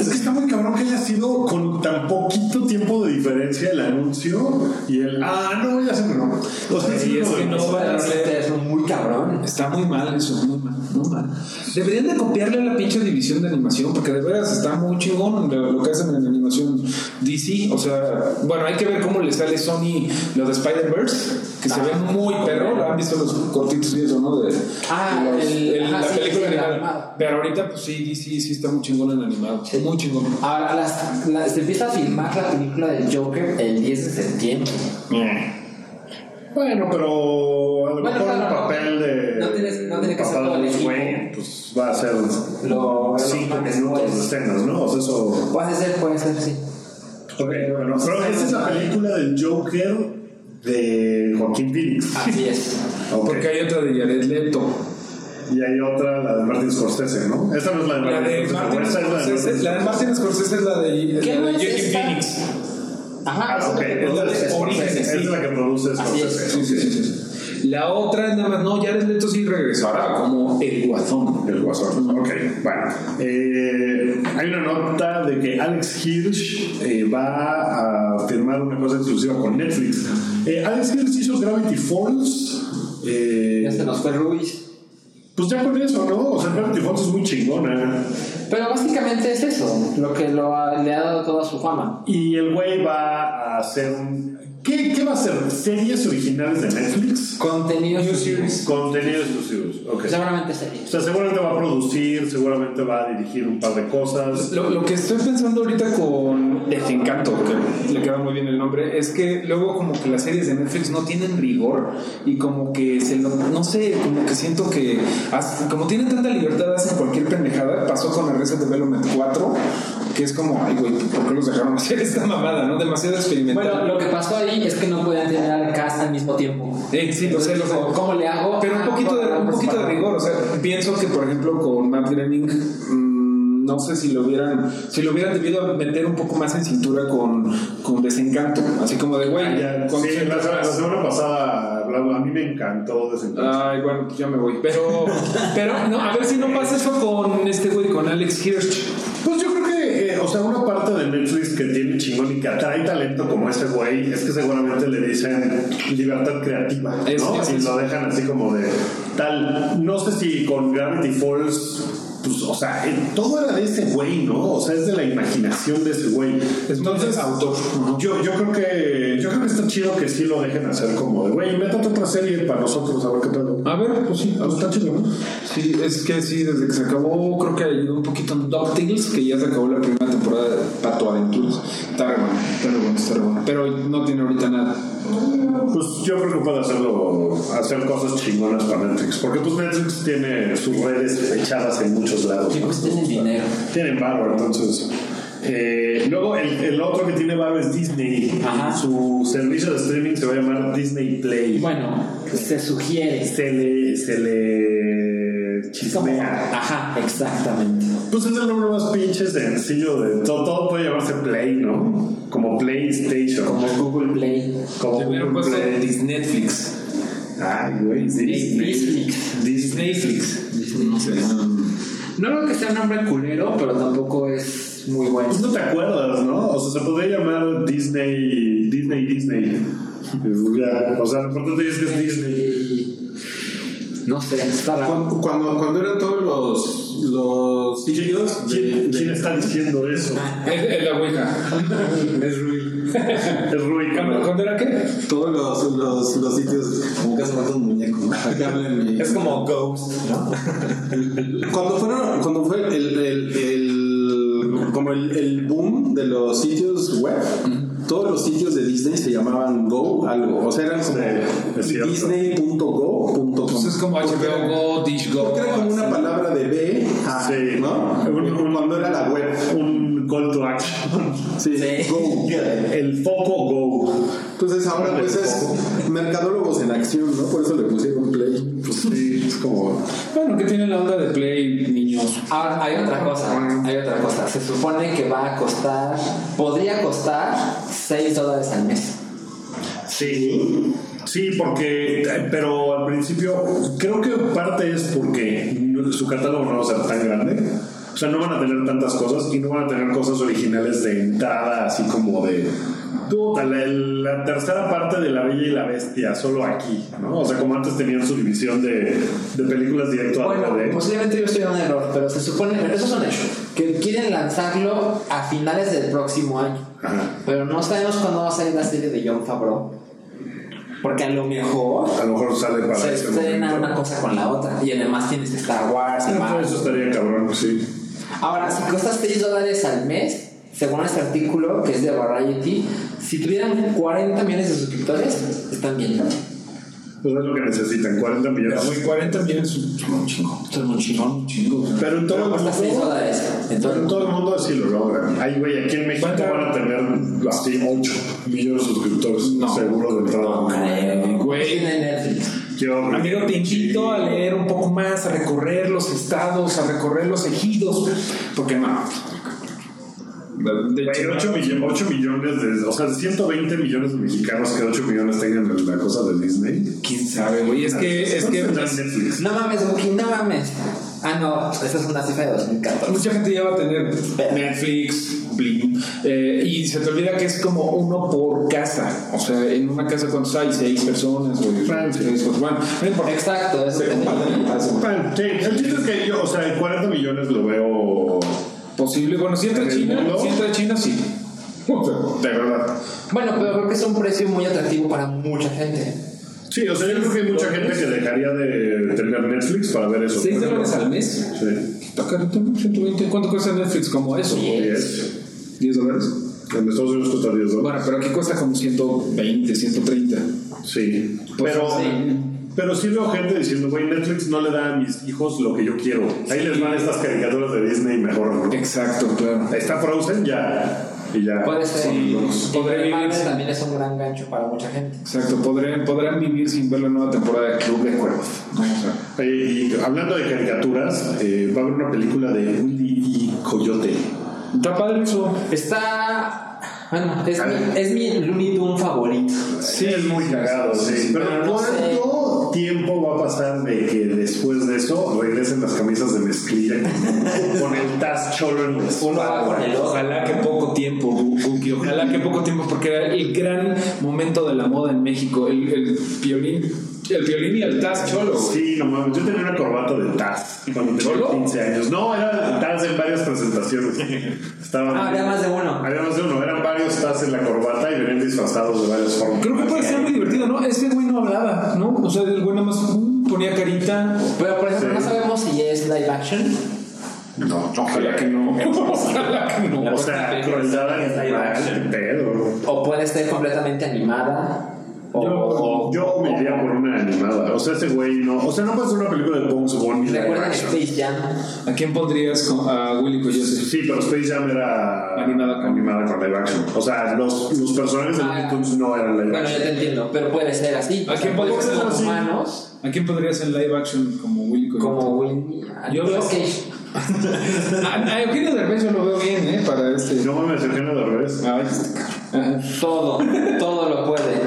B: que está muy cabrón que haya sido con tan poquito tiempo de diferencia el anuncio y el, ah, no, ya se me lo. O sea,
F: Y es que no
C: Pero
F: van a
C: este es muy cabrón.
F: Está muy mal eso, muy mal. No man. Deberían de copiarle la pinche división de animación, porque de veras está muy chingón lo, lo que hacen en animación DC. O sea, bueno, hay que ver cómo le sale Sony lo de Spider-Verse, que se ve muy perro. ¿Han visto los cortitos y eso, no? De,
C: Ah,
F: de los-
C: el-
F: el-
C: ajá,
F: la
C: sí,
F: película
C: sí, la
F: animada.
C: animada.
F: Pero ahorita, pues sí, DC sí está muy chingón en animado.
C: Sí.
F: Muy chingón.
C: Ahora, las- la- se empieza a filmar la película del Joker el 10 de septiembre.
B: Bueno, pero a lo
C: Bueno,
B: mejor
C: claro,
B: el
C: no.
B: papel de.
C: No tienes- no tiene que ser
B: papá
C: todo el
B: de Bruce
C: equipo.
B: Wayne, pues va a ser
C: Lo-
B: cinco
C: lo-
B: minutos de
C: pues.
B: escenas, ¿no? O sea, eso.
C: Puede ser, puede ser, sí.
B: Pero esa es la película del Joker de Joaquín Phoenix.
C: Así es.
B: Ok.
F: Porque hay otra de Jared Leto.
B: Y hay otra, la de Martin Scorsese, ¿no? Esa no es la de
F: La
B: Martin
F: de
B: Scorsese.
F: Martin
B: esa es la de
F: Scorsese, la de Martin Scorsese es la de,
C: ¿Qué
F: la
C: no
F: de
C: es
F: Joaquin
C: esta?
F: Phoenix.
C: Ajá,
B: Ah,
C: eso
B: ok.
C: es lo que-
B: Entonces,
F: es
B: Scorsese.
F: Scorsese,
B: Esa es la que produce
C: Así es.
B: Scorsese.
F: Sí, sí, sí, sí. La otra, nada más, no, Jared Leto sí regresará como el guasón.
B: El Guasón. Ok, bueno. Eh, hay una nota de que Alex Hirsch eh, va a firmar una cosa exclusiva con Netflix. Eh, Alex Hirsch hizo Gravity Falls. eh,
C: Ya se nos fue Ruiz.
B: pues ya con eso, ¿no? O sea, Gravity Falls es muy chingona.
C: Pero básicamente es eso, lo que lo ha- le ha dado toda su fama.
B: Y el güey va a hacer un. ¿Qué, qué va a hacer? ¿Series originales de Netflix?
C: Contenido
B: Contenidos exclusivos. Ok.
C: Seguramente
B: O
C: series.
B: sea, seguramente va a producir, seguramente va a dirigir un par de cosas.
F: Lo, lo que estoy pensando ahorita con Desencanto, que le queda muy bien el nombre, es que luego como que las series de Netflix no tienen rigor y como que se lo, no sé, como que siento que hacen- como tienen tanta libertad hacen cualquier pendejada, pasó con Arrested Development 4, que es como, ay güey, ¿por qué los dejaron hacer esta mamada? ¿No? Demasiado experimental.
C: Bueno, lo que pasó ahí es que no podían tener al cast al mismo tiempo.
F: Eh, sí, lo sé, lo sé.
C: ¿Cómo le hago?
F: Pero un
C: Ah,
F: poquito, de,
C: no,
F: un
C: pues,
F: poquito de
C: para-
F: rigor, o sea, pienso que por ejemplo con Matt Groening, mm, no sé si lo hubieran, si lo hubieran debido meter un poco más en cintura con, con desencanto, así como de güey,
B: Ah, Ya,
F: con-
B: sí, la, la semana pasada hablaba- a mí me encantó desencanto.
F: Ay, bueno, pues ya me voy. Pero, pero no, a ver si no pasa eso con este güey, con Alex Hirsch.
B: Pues yo creo que, eh, o sea, una parte de Netflix que tiene chingón y que atrae talento como ese güey es que seguramente le dicen libertad creativa, ¿no?
F: Es- es-
B: y lo dejan así como de tal. No sé si con Gravity Falls, pues, o sea, eh, todo era de ese güey, ¿no? O sea, es de la imaginación de ese güey. Entonces,
F: autor.
B: Yo, yo creo que yo creo que está chido que sí lo dejen hacer como de güey, métate otra serie para nosotros a ver qué pedo.
F: A ver, pues sí,
B: Ah, pues está chido, ¿no?
F: Sí, es que sí, desde que se acabó, creo que ayudó un poquito en DuckTales, que ya se acabó la primera temporada de Pato Aventuras. Está re bueno, está re bueno, está re bueno. Pero no tiene ahorita nada.
B: Pues yo creo que puede hacerlo, hacer cosas chingonas para Netflix. Porque pues Netflix tiene sus redes echadas en muchos lados. ¿no?
C: Chicos, tienen dinero.
B: Tienen barro, entonces. eh, luego el, el otro que tiene barro es Disney.
C: Ajá.
B: Su servicio de streaming se va a llamar Disney Play.
C: Bueno, se sugiere.
B: Se le, se le chismea.
C: Ajá, exactamente.
B: Pues es el nombre más pinche sencillo de todo. Todo puede llamarse Play, ¿no? Como PlayStation.
C: Como Google Play.
B: Como
F: Primero
B: un
D: pues,
F: puesto
B: Play.
D: eh,
F: Disneyflix.
B: Ay, güey.
C: Disneyflix.
B: Disneyflix.
C: No creo que sea un nombre culero, pero tampoco es muy bueno.
B: Pues no te acuerdas, ¿no? O sea, se podría llamar Disney, Disney, Disney. Pues Ya, o sea, lo importante es que es Disney.
C: Y- No sé, está raro.
D: Cuando, cuando, cuando eran todos los, los CEOs de-
B: ¿Quién,
D: de-
B: quién está diciendo eso?
F: Es, es la Ouija.
D: es Rui.
B: Es Rui.
F: ¿Cuándo,
B: ¿no?
F: cuándo era qué?
D: Todos los, los, los sitios como que hace rato un muñeco. que hablan y-
G: Es como Ghost, ¿no?
D: Cuando fueron, cuando fue el, el, el- como el, el boom de los sitios web, todos los sitios de Disney se llamaban Go algo. O sea, eran como
B: Sí, es cierto.
D: Disney.go.com.
F: Pues es como HBO Go, Dish Go.
D: Porque era como una palabra de B, a,
B: Sí.
D: ¿no?
B: Un- un-
D: Cuando era la web.
B: Un call to action.
D: Sí, Go.
B: El foco go.
D: Entonces ahora pues es mercadólogos en acción, ¿no? Por eso le pusieron play.
B: Pues sí, es como.
F: Bueno, que tiene la onda de Play, niños.
C: Ahora, hay otra cosa, hay otra cosa. Se supone que va a costar, podría costar 6 dólares al mes.
B: Sí. Sí, porque. Pero al principio, creo que parte es porque su catálogo no va a ser tan grande. O sea, no van a tener tantas cosas y no van a tener cosas originales de entrada, así como de. Puta, la, la tercera parte de La Bella y la Bestia, solo aquí, ¿no? O sea, como antes tenían su división de, de películas directo a
C: Bueno, pues,
B: DVD.
C: posiblemente yo estoy en un error, pero se supone, eso es un hecho, que quieren lanzarlo a finales del próximo año.
B: Ajá.
C: Pero no sabemos cuándo va a salir la serie de John Favreau. Porque a lo mejor
B: A lo mejor sale para
C: se
B: ese
C: estrena
B: momento.
C: una cosa con la otra. Y además tienes Star Wars y
B: Ah,
C: Marvel.
B: Eso estaría cabrón, sí.
C: Ahora, si cuesta 6 dólares al mes, según este artículo que es de Variety, si tuvieran 40 millones de suscriptores, están bien.
B: Pues es lo que necesitan, 40
F: Pero,
B: millones.
F: güey, 40 millones son son un chingo. Son un chingo. un chingo.
B: Pero en todo, el
C: Cuesta 6
B: mundo,
C: dólares.
B: en
C: Entonces,
B: todo el mundo así lo logra. Ahí, güey, aquí en México
F: ¿Cuánto?
B: van a tener así 8 millones de suscriptores seguro de entrada.
C: eh,
F: Güey.
C: tiene Netflix.
B: Yo-
F: Amigo, te invito a leer un poco más, a recorrer los estados, a recorrer los ejidos, porque no. De
B: Güey, 8, millo- 8 millones de. O sea, 120 millones de mexicanos que 8 millones tengan la cosa de Disney.
F: quién sabe, güey. Es que, es que
B: Tendrán Netflix.
C: No mames, Wookie, no mames. Ah, no, esa es una cifra de 2014.
F: mucha gente ya va a tener Netflix, Blim, eh, y se te olvida que es como uno por casa. O sea, en una casa cuántos hay, seis personas, güey. Seis, pues, bueno, no importa.
C: Exacto, eso es
B: Bueno, sí, el chiste es que yo, o sea, 40 millones lo veo.
F: Posible, bueno, si entra
B: ¿En el
F: China,
B: mundo?
F: si entra China, sí. O sea,
B: De verdad.
C: Bueno, pero creo que es un precio muy atractivo para mucha gente.
B: Sí, o sea, yo creo que hay mucha gente que dejaría de tener Netflix para ver eso.
F: ¿Seis
B: Por
F: dólares
B: ejemplo.
F: al mes?
B: Sí,
F: Está carito, ¿no? 120. ¿Cuánto cuesta Netflix como eso?
B: 10.
F: 10 dólares.
B: En Estados Unidos cuesta 10 dólares.
F: Bueno, pero aquí cuesta como 120, 130.
B: Sí.
F: Pues,
B: pero,
F: sí.
B: pero sí veo gente diciendo, güey, Netflix no le da a mis hijos lo que yo quiero. Ahí les van estas caricaturas de Disney mejor, ¿no?
F: Exacto, claro.
B: Está Frozen ya. Y ya.
C: Puede ser. Y
F: podría
C: Marvel
F: vivir sin-
C: también es un gran gancho para mucha gente.
F: Exacto, podrán, podrán vivir sin ver la nueva temporada de Club de Cuervos. ¿no? O sea,
B: Oye, y hablando de caricaturas, eh, va a haber una película de Willy y Coyote.
F: Está padre eso.
C: Está. Bueno, es mi, es mi Looney Tunes favorito.
B: Sí, es muy cagado, sí. Pero
C: Pero no
B: ¿cuánto tiempo va a pasar de que después de eso regresen las camisas de mezclilla con el taz cholo en la
C: Uno va con el otro.
F: Ojalá que poco tiempo, Buki, ojalá que poco tiempo, porque era el gran momento de la moda en México, el, el violín, el violín y el taz cholo. güey.
B: Sí, no mames. Yo tenía una corbata de Taz cuando tenía
F: ¿Solo?
B: 15 años. No, era Taz en varias presentaciones. Estaba
C: Ah, había más de uno.
B: Había más de uno. Eran varios Taz en la corbata y venían disfrazados de varias formas.
F: Creo que puede ser muy divertido, ¿no? Ese güey no hablaba, ¿no? O sea, el güey nada más mm, ponía carita.
C: Pero por ejemplo, no sabemos si es live action.
B: No,
F: Ojalá que no. Ojalá que no.
B: O sea, crueldad animal, pedo.
C: O puede ser completamente animada. O, o-
B: Yo me iría por una animada. O sea, ese güey no. O sea, no puede ser una película de Bones Bunny. live
C: ¿Recuerdan
B: action.
C: Space Jam?
F: ¿A quién pondrías con- a Willy Coyote?
B: Sí, pero Space Jam era
F: Animada con- Ah,
B: animada con live action. O sea, los, los personajes de Looney Tunes no eran live
C: Bueno, yo
B: action.
C: te entiendo, pero puede ser así.
F: ¿A quién
C: puede
F: podría
C: ser
F: ser
C: como
F: así?
C: humanos,
F: ¿A quién pondrías en live action como Willy Coyote?
C: como Will.
F: Yo veo-
C: Cage.
F: A, a Eugenio Derbez yo lo veo bien, ¿eh? Para este...
B: No mames, Eugenio Derbez.
F: Ay, este cabrón. Ajá.
C: Todo, todo lo puede.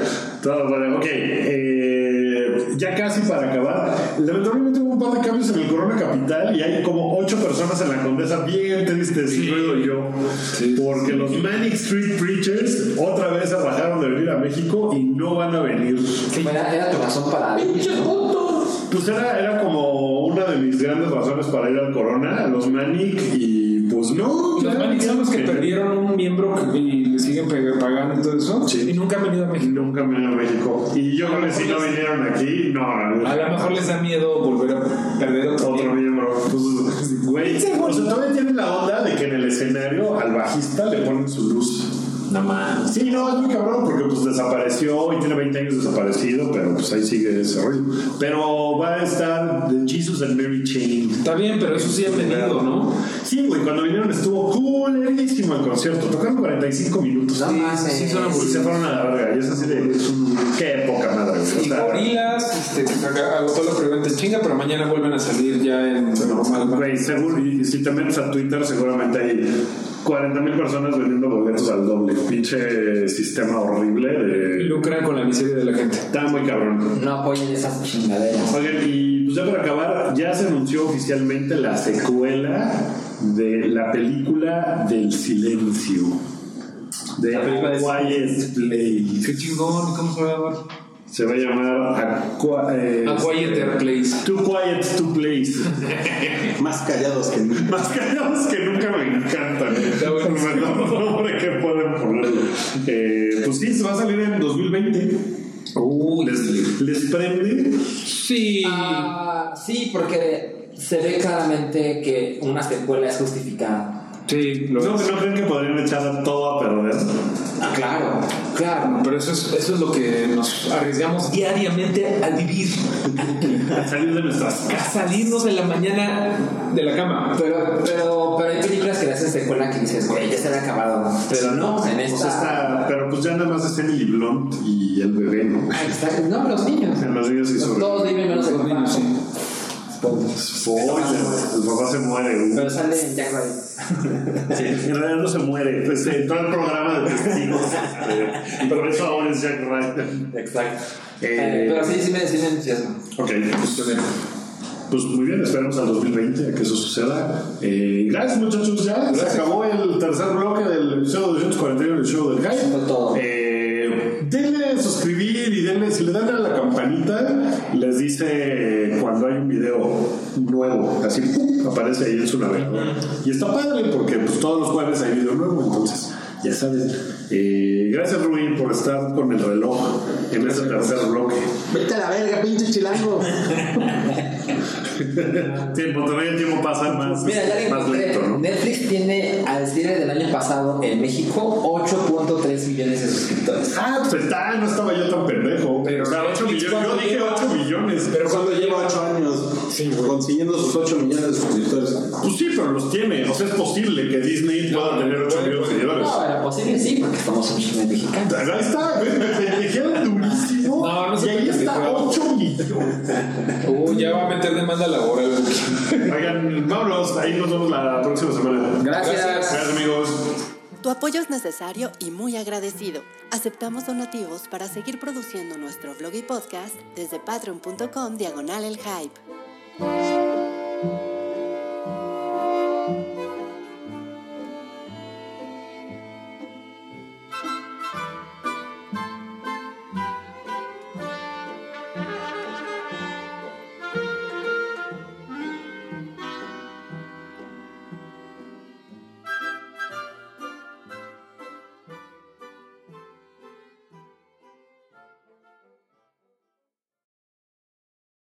B: Todo bueno. Ok, eh, ya casi para acabar. Lamentablemente hubo un par de cambios en el Corona Capital y hay como ocho personas en la Condesa bien tristes, incluido yo. porque los Manic Street Preachers otra vez arrajaron de venir a México y no van a venir.
C: Era, era tu razón para ir. ¿no?
B: Pues era, era como una de mis grandes razones para ir al Corona, los Manic, y pues no.
F: Los
B: ya,
F: Manic son los que
B: que
F: perdieron un miembro que- y le siguen pe- pagando y todo eso.
B: Sí.
F: Y nunca han venido a México.
B: Nunca vinieron a México. Y yo creo que si no vinieron aquí, no.
F: A lo mejor les da miedo volver a perder otro
B: Otro
F: miembro.
B: miembro. Pues, güey. O sea, todavía tienen la onda de que en el escenario al bajista le ponen su luz.
C: No mames.
B: Sí, no, es muy cabrón porque pues desapareció y tiene 20 años desaparecido, pero pues ahí sigue ese rollo. Pero va a estar The Jesus and Mary Chain.
F: Está bien, pero eso sí han venido, ¿no?
B: Sí, güey, cuando vinieron estuvo culerísimo el concierto. Tocaron 45 minutos.
C: No mames.
F: sí, son
B: Y se fueron a la verga. Y es así de. Qué poca madre, güey. O
F: Y
B: sea,
F: gorilas, este, que acá agotó la preventa chinga, pero mañana vuelven a salir ya en normal.
B: Güey, seguro, y si te metes a Twitter, seguramente hay 40 mil personas vendiendo boletos al doble. Pinche sistema horrible de.
F: Lucran con la miseria de la gente.
B: Está muy cabrón.
C: No apoyen esas chingaderas.
B: Oigan, y pues, pues ya para acabar, ya se anunció oficialmente la secuela de la película del silencio. De
C: La película de
B: Quiet Place.
F: Qué chingón, ¿cómo se va a llamar?
B: Se va a llamar A, Qua- eh,
F: A Quieter Place.
B: Too Quiet to Place.
H: Más callados que nunca.
B: Más callados que nunca me encantan.
F: Está bueno.
B: Me da un nombre que pueden ponerle. Eh, pues sí, se va a salir en 2020.
F: Uh,
B: ¿Les, les prende?
F: Sí.
C: Ah, sí, porque se ve claramente que una secuela es justificada.
F: Sí, lo
B: ¿No,
F: es.
B: ¿No creen que podrían echar todo a perder?
C: Ah, claro, claro.
F: Pero eso es, eso es lo que nos arriesgamos diariamente a vivir.
B: Al salir de nuestras
F: A salirnos de la mañana de la cama.
C: Pero, pero, pero hay películas que le hacen secuela que dices, güey, ya se han acabado. Pero no, en
B: Pues
C: esta.
B: está, pero pues ya nada más es Emily Blunt y el bebé, ¿no?
C: Ah, está- No, los niños.
B: En los niños y sobre.
C: Todos viven menos el papá.
B: Spoiler, el papá se muere. uh. güey.
C: Pero sale en Jack Rabbit.
B: Sí, en realidad no se muere, pues en todo el programa de testigos. eh, y por eso ahora es Jack Ryan.
C: Exacto.
B: Eh,
C: pero sí, sí me, sí me entusiasma.
B: Ok, pues, pues muy bien, esperemos al 2020 a que eso suceda. Eh, gracias muchachos, ya se acabó el tercer bloque del episodio 241 del show del Hype.
C: Fue todo.
B: Eh, denle suscribir y denle, si le dan a la campanita, les dice cuando hay un video nuevo, así ¡pum! aparece ahí en su navegador. Y está padre porque pues, todos los jueves hay video nuevo, entonces ya saben. Eh, gracias Rubén por estar con el reloj en ese tercer bloque.
H: Vete a la verga, pinche chilango.
B: Tiempo, pues todavía el tiempo pasa más, este,
C: Mira, ya le
B: más
C: encontré.
B: lento, ¿no?
C: Netflix tiene al cierre del año pasado en México 8.3 millones de suscriptores.
B: Ah, pues está, no estaba yo tan pendejo.
F: Pero
B: o sea, 8
F: Netflix,
B: millones. Yo
F: ¿cuánto
B: dije
F: lleva?
B: 8 millones.
H: Pero cuando lleva 8 años consiguiendo sus 8 millones de suscriptores.
B: Pues sí, pero los tiene. O sea, es posible que Disney pueda tener 8 millones de seguidores.
C: No, era posible, sí, porque somos un chingo de mexicanos.
B: Ahí está, güey, me pendejearon durísimo.
F: No, no se
B: y ahí está
F: pendejearon.
B: 8 millones.
F: Uy, ya va a meter demanda laboral.
B: Oigan, vámonos, ahí nos vemos la próxima semana.
C: Gracias.
B: Gracias, amigos.
A: Tu apoyo es necesario y muy agradecido. Aceptamos donativos para seguir produciendo nuestro blog y podcast desde patreon.com diagonal el hype.